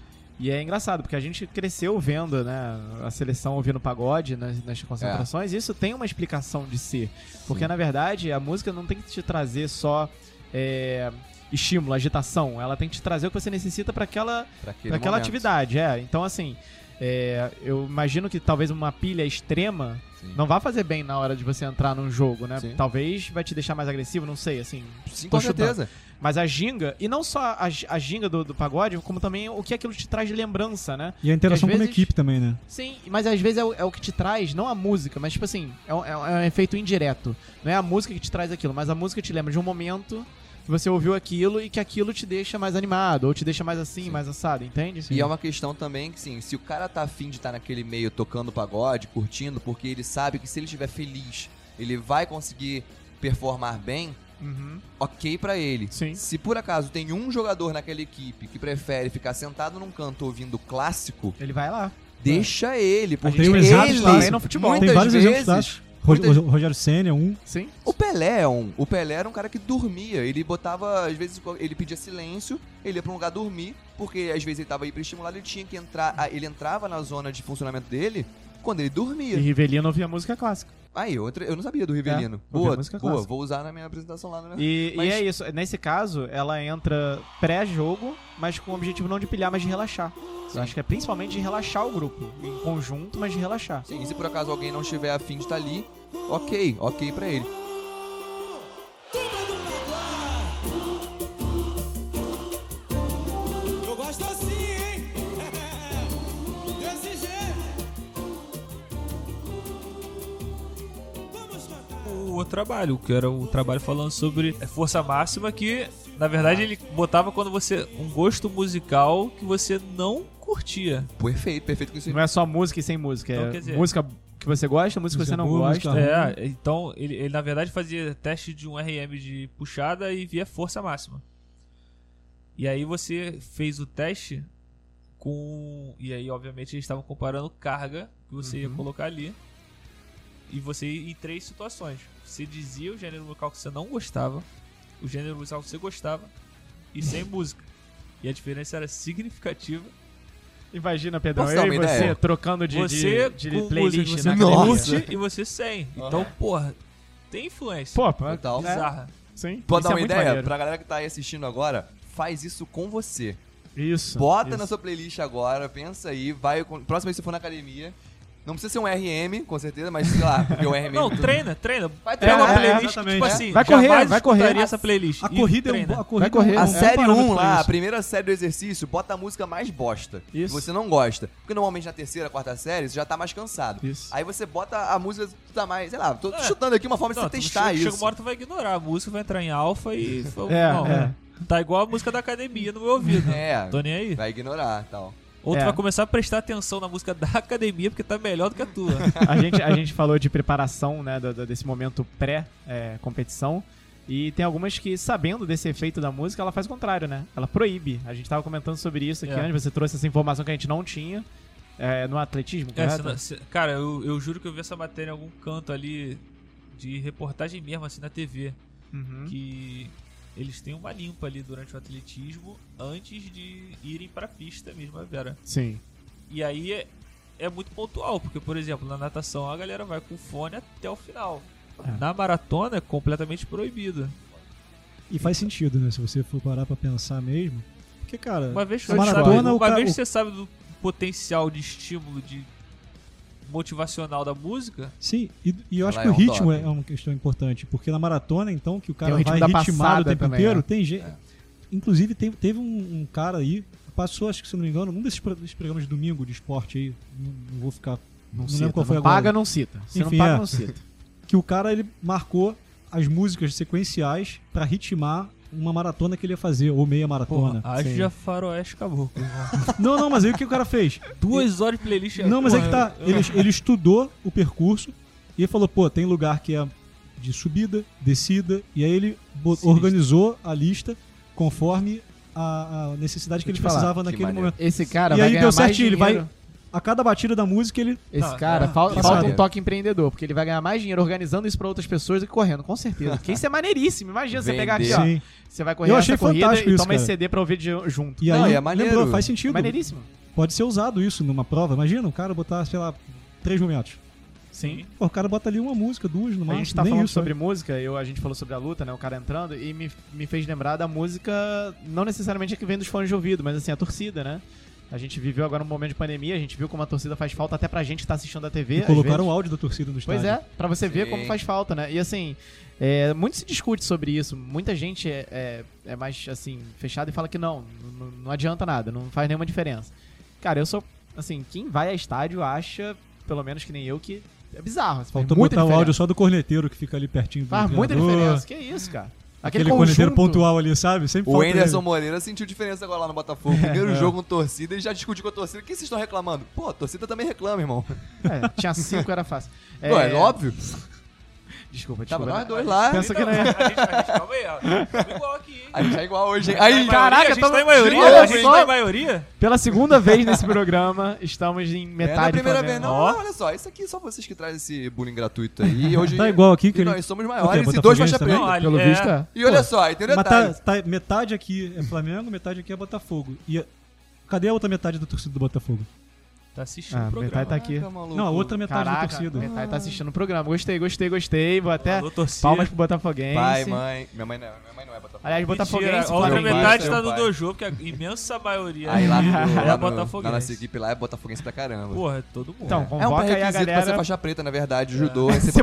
Speaker 1: E é engraçado, porque a gente cresceu vendo, né, a seleção ouvindo pagode nas, nas concentrações, e isso tem uma explicação de ser. Porque, na verdade, a música não tem que te trazer só é, estímulo, agitação. Ela tem que te trazer o que você necessita para aquela
Speaker 3: Pra aquele
Speaker 1: Pra aquela
Speaker 3: momento.
Speaker 1: atividade, é. Então, assim, é, eu imagino que talvez uma pilha extrema
Speaker 3: Sim.
Speaker 1: não vá fazer bem na hora de você entrar num jogo, né?
Speaker 3: Sim.
Speaker 1: Talvez vai te deixar mais agressivo, não sei, assim.
Speaker 3: Sim,
Speaker 1: tô
Speaker 3: com
Speaker 1: chutando.
Speaker 3: certeza.
Speaker 1: Mas a ginga, e não só a, gi- a ginga do, do pagode, como também o que aquilo te traz de lembrança, né?
Speaker 2: E a interação
Speaker 1: Às
Speaker 2: com a
Speaker 1: vezes-
Speaker 2: equipe também, né?
Speaker 1: Sim, mas às vezes é o, é o que te traz, não a música, mas tipo assim, é um, é um- é um efeito indireto. Não é a música que te traz aquilo, mas a música te lembra de um momento que você ouviu aquilo e que aquilo te deixa mais animado, ou te deixa mais assim, mais assado, entende?
Speaker 3: E é uma questão também que, sim, se o cara tá afim de estar naquele meio tocando pagode, curtindo, porque ele sabe que se ele estiver feliz, ele vai conseguir performar bem,
Speaker 1: Uhum.
Speaker 3: ok pra ele.
Speaker 1: Sim.
Speaker 3: Se por acaso tem um jogador naquela equipe que prefere ficar sentado num canto ouvindo clássico,
Speaker 1: Ele vai lá.
Speaker 3: deixa ele, porque
Speaker 2: tem um
Speaker 3: ele,
Speaker 2: exemplo clássico.
Speaker 1: no futebol.
Speaker 3: muitas
Speaker 2: Tem vários exemplos
Speaker 3: vezes,
Speaker 2: clássicos. Ro-
Speaker 3: muitas-
Speaker 2: Ro- Rogério Senna é um.
Speaker 1: Sim.
Speaker 3: o Pelé é um, o Pelé era um cara que dormia, ele botava, às vezes ele pedia silêncio, ele ia pra um lugar dormir, porque às vezes ele tava hiperestimulado, ele tinha que entrar, ah, ele entrava na zona de funcionamento dele quando ele
Speaker 1: E
Speaker 3: dormia.
Speaker 1: Rivelino ouvia música clássica.
Speaker 3: Aí, eu, entre- eu não sabia do Rivelino.
Speaker 1: É, ouvi
Speaker 3: boa,
Speaker 1: a música
Speaker 3: boa,
Speaker 1: clássica.
Speaker 3: vou usar na minha apresentação lá né? na minha...
Speaker 1: E,
Speaker 3: Mas-
Speaker 1: e é isso. Nesse caso, ela entra pré-jogo, mas com o objetivo não de pilhar, mas de relaxar. Eu acho que é principalmente de relaxar o grupo. Em conjunto, mas de relaxar.
Speaker 3: Sim, e se por acaso alguém não estiver afim de estar ali, ok, ok pra ele.
Speaker 6: Eu gosto assim, hein? Desse jeito. Vamos cantar.
Speaker 4: o outro trabalho, que era o trabalho falando sobre é, força máxima, que na verdade ele botava quando você. um gosto musical que você não curtia.
Speaker 3: Perfeito, perfeito com isso. aí.
Speaker 1: Não é só música e sem música.
Speaker 4: Então,
Speaker 1: é
Speaker 4: quer dizer-
Speaker 1: música que você gosta, música que você
Speaker 2: Música
Speaker 1: não
Speaker 2: boa,
Speaker 1: gosta.
Speaker 2: música
Speaker 4: É, então ele, ele, na verdade fazia teste de um RM de puxada e via força máxima. E aí você fez o teste com. E aí, obviamente, eles estavam comparando carga que você
Speaker 1: Uhum.
Speaker 4: ia colocar ali. E você ia em três situações. Você dizia o gênero musical que você não gostava, o gênero musical que você gostava, e sem música. E a diferença era significativa.
Speaker 1: Imagina, Pedrão,
Speaker 3: Posso dar
Speaker 1: eu e
Speaker 3: uma
Speaker 1: você
Speaker 3: ideia?
Speaker 1: academia. de,
Speaker 4: você
Speaker 1: de,
Speaker 4: com
Speaker 1: playlist né? na
Speaker 4: música que você
Speaker 1: academia.
Speaker 4: curte e você sem. Então, porra, tem influência.
Speaker 1: Pô, pra-
Speaker 3: Total.
Speaker 1: é,
Speaker 4: Bizarra.
Speaker 1: sim.
Speaker 3: Pode
Speaker 1: isso
Speaker 3: dar
Speaker 1: é
Speaker 3: uma
Speaker 1: muito
Speaker 3: ideia?
Speaker 1: maneiro.
Speaker 3: Pra galera que tá aí assistindo agora, faz isso com você.
Speaker 4: Então,
Speaker 1: Isso.
Speaker 3: Bota
Speaker 1: isso.
Speaker 3: na sua playlist agora, pensa aí, vai. com- Próxima vez que você for na academia. Não precisa ser um RM, com certeza, mas sei lá, porque o é RM.
Speaker 4: Não, treina, treina.
Speaker 3: Vai
Speaker 4: Pega
Speaker 3: treinar.
Speaker 4: uma
Speaker 1: é,
Speaker 4: playlist, que,
Speaker 2: exatamente.
Speaker 4: tipo
Speaker 2: É.
Speaker 4: assim,
Speaker 1: Vai correr,
Speaker 4: jamais
Speaker 1: vai correr.
Speaker 4: escutaria essa playlist.
Speaker 2: A
Speaker 4: E
Speaker 2: corrida, é um,
Speaker 4: treina.
Speaker 2: bo- a corrida
Speaker 1: correr.
Speaker 2: é um-
Speaker 3: né? A
Speaker 2: é um
Speaker 3: série
Speaker 2: parâmetro
Speaker 3: 1
Speaker 2: pra
Speaker 3: lá, a
Speaker 2: isso.
Speaker 3: primeira série do exercício, bota a música mais bosta.
Speaker 1: Isso.
Speaker 3: Que você não gosta. Porque normalmente na terceira, quarta série, você já tá mais cansado.
Speaker 1: Isso.
Speaker 3: Aí você bota a música que tá mais, sei lá, tô
Speaker 4: É.
Speaker 3: chutando aqui uma forma de
Speaker 4: Não,
Speaker 3: você
Speaker 4: tu
Speaker 3: testar
Speaker 4: chega,
Speaker 3: isso.
Speaker 4: Chega uma hora tu vai ignorar a música, vai entrar em alfa e...
Speaker 1: É,
Speaker 4: não,
Speaker 1: é.
Speaker 4: Tá igual a música da academia no meu ouvido.
Speaker 3: É,
Speaker 4: Tô nem aí.
Speaker 3: vai ignorar tal.
Speaker 4: Ou tu
Speaker 1: É.
Speaker 4: vai começar a prestar atenção na música da academia, porque tá melhor do que a tua.
Speaker 1: a, gente, a gente falou de preparação, né, do- do- desse momento pré-competição. e tem algumas que, sabendo desse efeito da música, ela faz o contrário, né? Ela proíbe. A gente tava comentando sobre isso aqui
Speaker 4: É.
Speaker 1: antes, você trouxe essa informação que a gente não tinha é, no atletismo,
Speaker 4: É,
Speaker 1: correto?
Speaker 4: se não- se- cara, eu, eu juro que eu vi essa matéria em algum canto ali de reportagem mesmo, assim, na TV.
Speaker 1: Uhum.
Speaker 4: que eles têm uma limpa ali durante o atletismo antes de irem pra pista mesmo, a Vera.
Speaker 1: Sim.
Speaker 4: E aí é, é muito pontual, porque, por exemplo, na natação a galera vai com fone até o final. Na maratona é completamente proibido.
Speaker 2: E faz sentido, né? Se você for parar pra pensar mesmo. Porque, cara,
Speaker 4: Uma vez que
Speaker 2: a
Speaker 4: você
Speaker 2: maratona,
Speaker 4: sabe,
Speaker 2: o
Speaker 4: uma
Speaker 2: cara-
Speaker 4: vez que
Speaker 2: o-
Speaker 4: você sabe do potencial de estímulo de motivacional da música,
Speaker 2: Sim, e, e eu acho
Speaker 3: Ela
Speaker 2: que
Speaker 3: é
Speaker 2: o
Speaker 3: um
Speaker 2: ritmo
Speaker 3: doping.
Speaker 2: é uma questão importante, porque na maratona, então, que o cara
Speaker 1: Tem o ritmo
Speaker 2: vai
Speaker 1: da
Speaker 2: ritmado o
Speaker 1: passada
Speaker 2: tempo
Speaker 1: também,
Speaker 2: inteiro,
Speaker 1: né?
Speaker 2: tem gente. Inclusive, teve, teve um, um cara aí, passou, acho que se eu não me engano, num desses, pro- desses programas de domingo de esporte aí, não, não vou ficar. Não,
Speaker 1: Não,
Speaker 2: lembro
Speaker 1: cita,
Speaker 2: qual foi
Speaker 1: não
Speaker 2: agora.
Speaker 1: paga, não cita. Se
Speaker 2: Enfim,
Speaker 1: não paga,
Speaker 2: é.
Speaker 1: não cita.
Speaker 2: Que o cara ele marcou as músicas sequenciais pra ritmar uma maratona que ele ia fazer, ou meia maratona.
Speaker 4: porra, haja faroeste caboclo. irmão.
Speaker 2: Não, não, mas aí o que o cara fez?
Speaker 4: Duas horas de playlist.
Speaker 2: Não, mas é que
Speaker 4: porra,
Speaker 2: tá. Ele, ele estudou o percurso e ele falou, pô, tem lugar que é de subida, descida, e aí ele bo-
Speaker 4: Sinistro.
Speaker 2: organizou a lista conforme a, a necessidade que
Speaker 1: Vou
Speaker 2: ele
Speaker 1: te falar,
Speaker 2: precisava
Speaker 3: que
Speaker 2: naquele
Speaker 3: maneiro.
Speaker 2: momento.
Speaker 1: Esse cara
Speaker 2: E
Speaker 1: vai
Speaker 2: aí
Speaker 1: ganhar
Speaker 2: deu
Speaker 1: mais
Speaker 2: certinho, ele vai- Ah,
Speaker 1: dinheiro.
Speaker 2: A cada batida da música ele.
Speaker 1: Esse
Speaker 4: Tá,
Speaker 1: cara,
Speaker 4: tá.
Speaker 1: fal-
Speaker 3: Que
Speaker 2: é
Speaker 1: falta um
Speaker 3: maneiro.
Speaker 1: toque empreendedor, porque ele vai ganhar mais dinheiro organizando isso pra outras pessoas do que correndo, com certeza. Porque isso é maneiríssimo. Imagina você pegar aqui,
Speaker 3: Vender.
Speaker 1: ó.
Speaker 2: Sim.
Speaker 1: Você vai correr
Speaker 2: Eu achei
Speaker 1: essa corrida
Speaker 2: fantástico
Speaker 1: e
Speaker 2: isso,
Speaker 1: toma esse
Speaker 2: cara.
Speaker 1: CD pra ouvir de- junto.
Speaker 2: E aí,
Speaker 3: Não, e é
Speaker 2: lembrou,
Speaker 3: maneiro.
Speaker 2: faz sentido.
Speaker 1: Maneiríssimo.
Speaker 2: Pode ser usado isso numa prova. Imagina o cara botar, sei lá, três momentos.
Speaker 1: Sim.
Speaker 2: Pô, o cara bota ali uma música, duas no
Speaker 1: A
Speaker 2: máximo.
Speaker 1: gente tá
Speaker 2: nem
Speaker 1: falando
Speaker 2: isso, né?
Speaker 1: sobre música, eu, a gente falou sobre a luta, né? O cara entrando, e me, me fez lembrar da música, não necessariamente a que vem dos fones de ouvido, mas assim, a torcida, né? A gente viveu agora um momento de pandemia, a gente viu como a torcida faz falta até pra gente que tá assistindo a TV.
Speaker 2: E
Speaker 1: às
Speaker 2: colocaram
Speaker 1: vezes.
Speaker 2: o né? áudio da torcida no estádio.
Speaker 1: Pois é, pra você ver
Speaker 3: Sim.
Speaker 1: como faz falta, né? E assim, é, muito se discute sobre isso. Muita gente é, é, é mais, assim, fechada e fala que não, não, não adianta nada, não faz nenhuma diferença. Cara, eu sou, assim, quem vai a estádio acha, pelo menos que nem eu, que é bizarro. assim, faz
Speaker 2: Faltou
Speaker 1: muita
Speaker 2: botar o
Speaker 1: diferença.
Speaker 2: áudio só do corneteiro que fica ali pertinho do
Speaker 1: Faz muita
Speaker 2: treinador.
Speaker 1: diferença. Que isso, cara.
Speaker 2: Aquele, corneteiro pontual ali, sabe? Sempre
Speaker 3: O
Speaker 2: falta ele.
Speaker 3: Anderson Moreira sentiu diferença agora lá no Botafogo. Primeiro jogo com torcida e já discutiu com a torcida. O que vocês estão reclamando? Pô, a torcida também reclama, irmão.
Speaker 1: É, tinha cinco, era fácil.
Speaker 3: É, Ué, é óbvio.
Speaker 1: Desculpa,
Speaker 3: Tava
Speaker 1: desculpa.
Speaker 3: nós dois lá.
Speaker 1: Pensa que não é.
Speaker 4: Então, A gente, a gente, calma aí, ó. Tamo Igual aqui, hein?
Speaker 3: A gente é igual hoje, hein?
Speaker 4: A gente
Speaker 3: Aí,
Speaker 4: tá em maioria, a gente
Speaker 1: tamo-
Speaker 4: tá em maioria?
Speaker 1: de novo,
Speaker 4: A gente
Speaker 1: só-
Speaker 4: tá em maioria?
Speaker 1: Pela segunda vez nesse programa, estamos em
Speaker 3: É na
Speaker 1: metade do
Speaker 3: primeira
Speaker 1: Flamengo.
Speaker 3: vez, não,
Speaker 4: Ó.
Speaker 3: não, olha só, isso aqui é só vocês que trazem esse bullying gratuito aí. E hoje
Speaker 2: Tá igual aqui que
Speaker 3: e
Speaker 2: ele-
Speaker 3: nós somos maiores
Speaker 2: Ok,
Speaker 3: e dois
Speaker 2: botafoguense
Speaker 3: faixa preta.
Speaker 2: também?
Speaker 4: ali-
Speaker 1: Pelo
Speaker 4: é.
Speaker 1: visto, é.
Speaker 3: E olha só, aí tem um
Speaker 2: Mas tá,
Speaker 3: detalhe.
Speaker 2: tá- metade aqui é Flamengo, metade aqui é Botafogo. E a- cadê a outra metade da torcida do Botafogo?
Speaker 4: Tá assistindo
Speaker 1: Ah,
Speaker 4: o programa.
Speaker 1: metade tá aqui.
Speaker 3: Caraca, maluco.
Speaker 2: Não, a outra metade da
Speaker 1: Caraca,
Speaker 2: torcida.
Speaker 1: metade tá
Speaker 3: assim.
Speaker 1: assistindo o programa. Gostei, gostei, gostei. Vou até...
Speaker 4: Alô, torcida.
Speaker 1: é. Palmas pro Botafoguense.
Speaker 3: Pai, mãe. Minha mãe não, minha mãe não é Botafogo.
Speaker 1: Aliás,
Speaker 4: Mentira,
Speaker 1: Botafoguense,
Speaker 4: a outra
Speaker 3: Flamengo.
Speaker 4: metade
Speaker 3: Meu
Speaker 4: tá
Speaker 3: pai.
Speaker 4: no dojo, porque a imensa maioria
Speaker 3: Aí lá, no,
Speaker 4: é
Speaker 3: lá no-
Speaker 4: botafoguense.
Speaker 3: na nossa equipe lá é Botafoguense pra caramba.
Speaker 4: Porra, é todo mundo.
Speaker 1: Então,
Speaker 3: é um
Speaker 1: convoca aí a
Speaker 3: pré-requisito pra ser
Speaker 1: galera.
Speaker 3: faixa preta, na verdade, o judô é ser
Speaker 1: Ser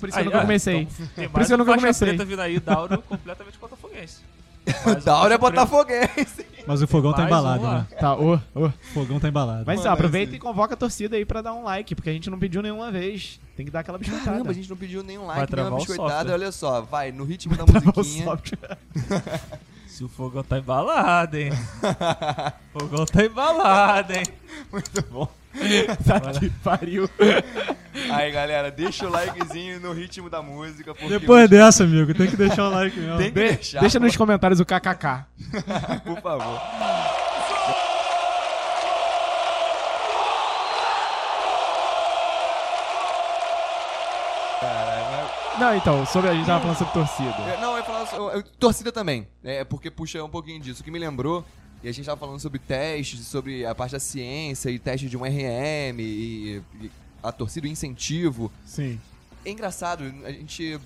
Speaker 1: Botafoguense, por isso que eu
Speaker 4: Aí,
Speaker 1: nunca
Speaker 4: ah,
Speaker 1: comecei.
Speaker 4: então,
Speaker 1: Por
Speaker 4: tem
Speaker 1: isso
Speaker 4: mais
Speaker 1: que eu
Speaker 4: um
Speaker 1: nunca
Speaker 4: faixa
Speaker 1: comecei.
Speaker 4: preta vindo aí, Dauro completamente botafoguense.
Speaker 3: O Dauro é
Speaker 4: botafoguense.
Speaker 3: Botafoguense.
Speaker 2: Mas o fogão tá
Speaker 4: Mais um
Speaker 2: embalado,
Speaker 4: lá.
Speaker 2: né?
Speaker 1: Tá, ô, ô.
Speaker 2: O fogão tá embalado.
Speaker 1: Mas
Speaker 3: Manda
Speaker 1: aproveita
Speaker 3: esse.
Speaker 1: e convoca a torcida aí pra dar um like, porque a gente não pediu nenhuma vez. Tem que dar aquela biscoitada.
Speaker 3: Caramba, a gente não pediu nenhum
Speaker 4: Vai
Speaker 3: like,
Speaker 4: travar
Speaker 3: nenhuma
Speaker 4: o
Speaker 3: biscoitada.
Speaker 4: software.
Speaker 3: Olha só, vai no ritmo da
Speaker 1: Travar o
Speaker 3: musiquinha.
Speaker 1: software.
Speaker 4: Se o fogão tá embalado, hein? o fogão tá embalado, hein?
Speaker 3: Muito bom.
Speaker 1: Tá que pariu.
Speaker 3: Aí, galera, deixa o likezinho no ritmo da música. Porque
Speaker 2: Depois dessa, amigo, tem que deixar o like mesmo.
Speaker 3: tem que deixar.
Speaker 1: Deixa nos comentários o kkk.
Speaker 3: Por favor.
Speaker 1: Não, então, sobre a gente tava falando sobre torcida.
Speaker 3: É, Não, eu ia falar. so- eu- Torcida também. É, porque puxa um pouquinho disso. O que me lembrou. E a gente tava falando sobre testes, sobre a parte da ciência e teste de um RM e, e a torcida, o incentivo.
Speaker 1: Sim.
Speaker 3: É engraçado, a gente.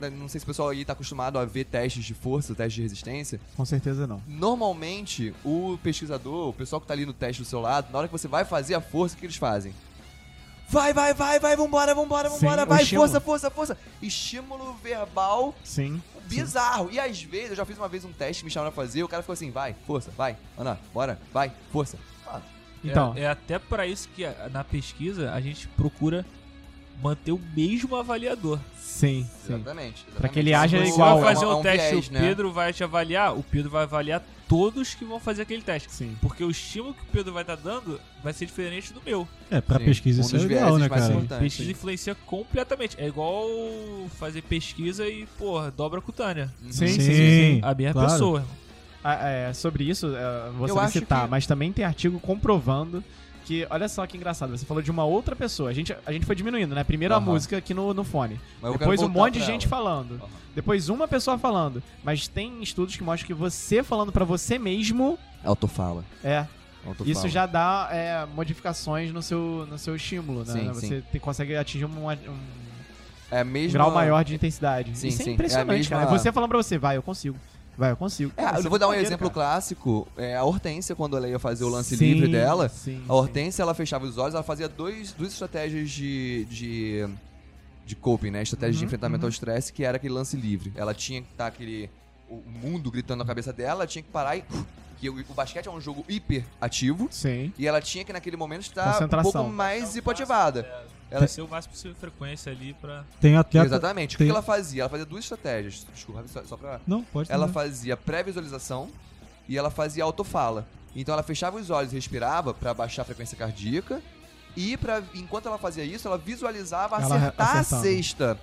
Speaker 3: né, Não sei se o pessoal aí tá acostumado a ver testes de força, testes de resistência.
Speaker 1: Com certeza não.
Speaker 3: Normalmente, o pesquisador, o pessoal que tá ali no teste do seu lado, na hora que você vai fazer a força, o que eles fazem? Vai, vai, vai, vai, vambora, vambora,
Speaker 1: Sim,
Speaker 3: vambora,
Speaker 1: o
Speaker 3: vai,
Speaker 1: estímulo.
Speaker 3: força, força, força. Estímulo verbal
Speaker 1: Sim.
Speaker 3: bizarro. E às vezes, eu já fiz uma vez um teste, me chamaram pra fazer, o cara ficou assim, vai, força, vai, Ana, bora, vai, força. Ah,
Speaker 1: Então,
Speaker 4: É, é até pra isso que a- na pesquisa a gente procura manter o mesmo avaliador.
Speaker 1: sim, sim.
Speaker 3: exatamente, exatamente.
Speaker 1: Pra que ele haja
Speaker 3: É
Speaker 1: É
Speaker 4: Se
Speaker 1: igual,
Speaker 4: eu fazer
Speaker 3: é
Speaker 4: um, teste
Speaker 3: viés,
Speaker 4: o Pedro vai te avaliar, o Pedro vai avaliar todos que vão fazer aquele teste.
Speaker 1: Sim.
Speaker 4: Porque o estímulo que o Pedro vai estar dando vai ser diferente do meu.
Speaker 2: É, pra
Speaker 3: Sim,
Speaker 2: pesquisa
Speaker 3: um
Speaker 2: isso é
Speaker 3: dos
Speaker 2: legal,
Speaker 3: vieses
Speaker 2: né,
Speaker 3: mais
Speaker 2: cara?
Speaker 3: importantes. Tá,
Speaker 4: pesquisa
Speaker 3: sim.
Speaker 4: influencia completamente. É igual fazer pesquisa e, porra, dobra cutânea.
Speaker 1: Sim,
Speaker 2: Sim,
Speaker 1: sim, sim.
Speaker 4: A minha
Speaker 2: claro.
Speaker 4: pessoa.
Speaker 1: Ah, é, sobre isso, é, não vou
Speaker 3: Eu
Speaker 1: saber
Speaker 3: acho
Speaker 1: citar,
Speaker 3: que-
Speaker 1: mas também tem artigo comprovando que, olha só que engraçado, você falou de uma outra pessoa. A gente, a gente foi diminuindo, né? Primeiro a
Speaker 3: Aham.
Speaker 1: música aqui no, no fone.
Speaker 3: Mas eu quero
Speaker 1: Depois um
Speaker 3: voltar
Speaker 1: monte de
Speaker 3: pra
Speaker 1: gente
Speaker 3: ela.
Speaker 1: falando.
Speaker 3: Aham.
Speaker 1: Depois uma pessoa falando. Mas tem estudos que mostram que você falando pra você mesmo.
Speaker 3: Autofala.
Speaker 1: É,
Speaker 3: autofala.
Speaker 1: isso já dá é, modificações no seu, no seu estímulo, né?
Speaker 3: Sim,
Speaker 1: você te- consegue atingir um, um-
Speaker 3: É mesmo.
Speaker 1: grau maior de intensidade.
Speaker 3: Sim,
Speaker 1: Isso é
Speaker 3: sim, é a
Speaker 1: impressionante,
Speaker 3: mesma-
Speaker 1: cara. É Você falando pra você, vai, eu consigo. Vai, eu consigo.
Speaker 3: É, eu vou dar um exemplo
Speaker 1: claro.
Speaker 3: clássico. É, a Hortência, quando ela ia fazer o lance
Speaker 1: Sim,
Speaker 3: livre dela,
Speaker 1: sim,
Speaker 3: a Hortência ela fechava os olhos, ela fazia dois, duas estratégias de. de de coping, né? Estratégia
Speaker 1: Uhum,
Speaker 3: de enfrentamento ao estresse, que era aquele lance livre. Ela tinha que estar aquele. O o mundo gritando na cabeça dela, ela tinha que parar e. Que o, o basquete é um jogo hiper ativo.
Speaker 1: Sim.
Speaker 3: E ela tinha que naquele momento estar um
Speaker 1: Concentração.
Speaker 3: pouco mais hipoativada. Ela-
Speaker 4: Ela... o máximo possível de frequência ali pra...
Speaker 2: Tem
Speaker 1: é
Speaker 2: atleta.
Speaker 3: Exatamente. O que
Speaker 2: tem-
Speaker 3: que ela fazia? Ela fazia duas estratégias. Desculpa, só, só pra.
Speaker 2: Não, pode
Speaker 3: Ela
Speaker 2: terminar.
Speaker 3: fazia pré-visualização e ela fazia autofala. Então ela fechava os olhos e respirava pra baixar a frequência cardíaca. E pra, enquanto ela fazia isso, ela visualizava
Speaker 2: Ela
Speaker 3: acertar
Speaker 2: acertava.
Speaker 3: a cesta.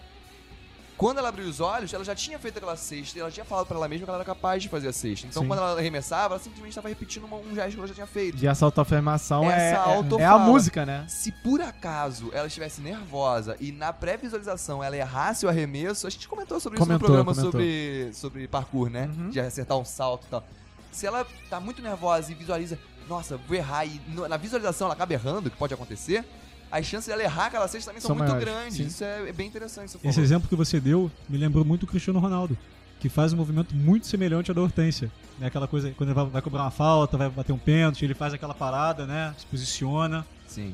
Speaker 3: Quando ela abriu os olhos, ela já tinha feito aquela cesta e ela tinha falado pra ela mesma que ela era capaz de fazer a cesta. Então
Speaker 2: Sim.
Speaker 3: quando ela arremessava, ela simplesmente estava repetindo uma- um gesto que ela já tinha feito.
Speaker 1: E essa autoafirmação é,
Speaker 3: Essa
Speaker 1: é-
Speaker 3: autofala.
Speaker 1: é a música, né?
Speaker 3: Se por acaso ela estivesse nervosa e na pré-visualização ela errasse o arremesso, a gente comentou sobre isso no
Speaker 1: Comentou,
Speaker 3: programa
Speaker 1: comentou.
Speaker 3: sobre, sobre parkour, né?
Speaker 1: Uhum.
Speaker 3: De acertar um salto e tal. Se ela tá muito nervosa e visualiza, nossa, vou errar, e no- na visualização ela acaba errando, que pode acontecer, as chances dela errar aquela cesta também são,
Speaker 1: São
Speaker 3: muito
Speaker 1: maiores,
Speaker 3: grandes.
Speaker 1: sim.
Speaker 3: Isso é, é bem interessante. Você
Speaker 2: Esse
Speaker 3: falou.
Speaker 2: exemplo que você deu me lembrou muito o Cristiano Ronaldo, que faz um movimento muito semelhante ao da Hortência. Né? Aquela coisa, quando ele vai, vai cobrar uma falta, vai bater um pênalti, ele faz aquela parada, né? Se posiciona,
Speaker 3: Sim.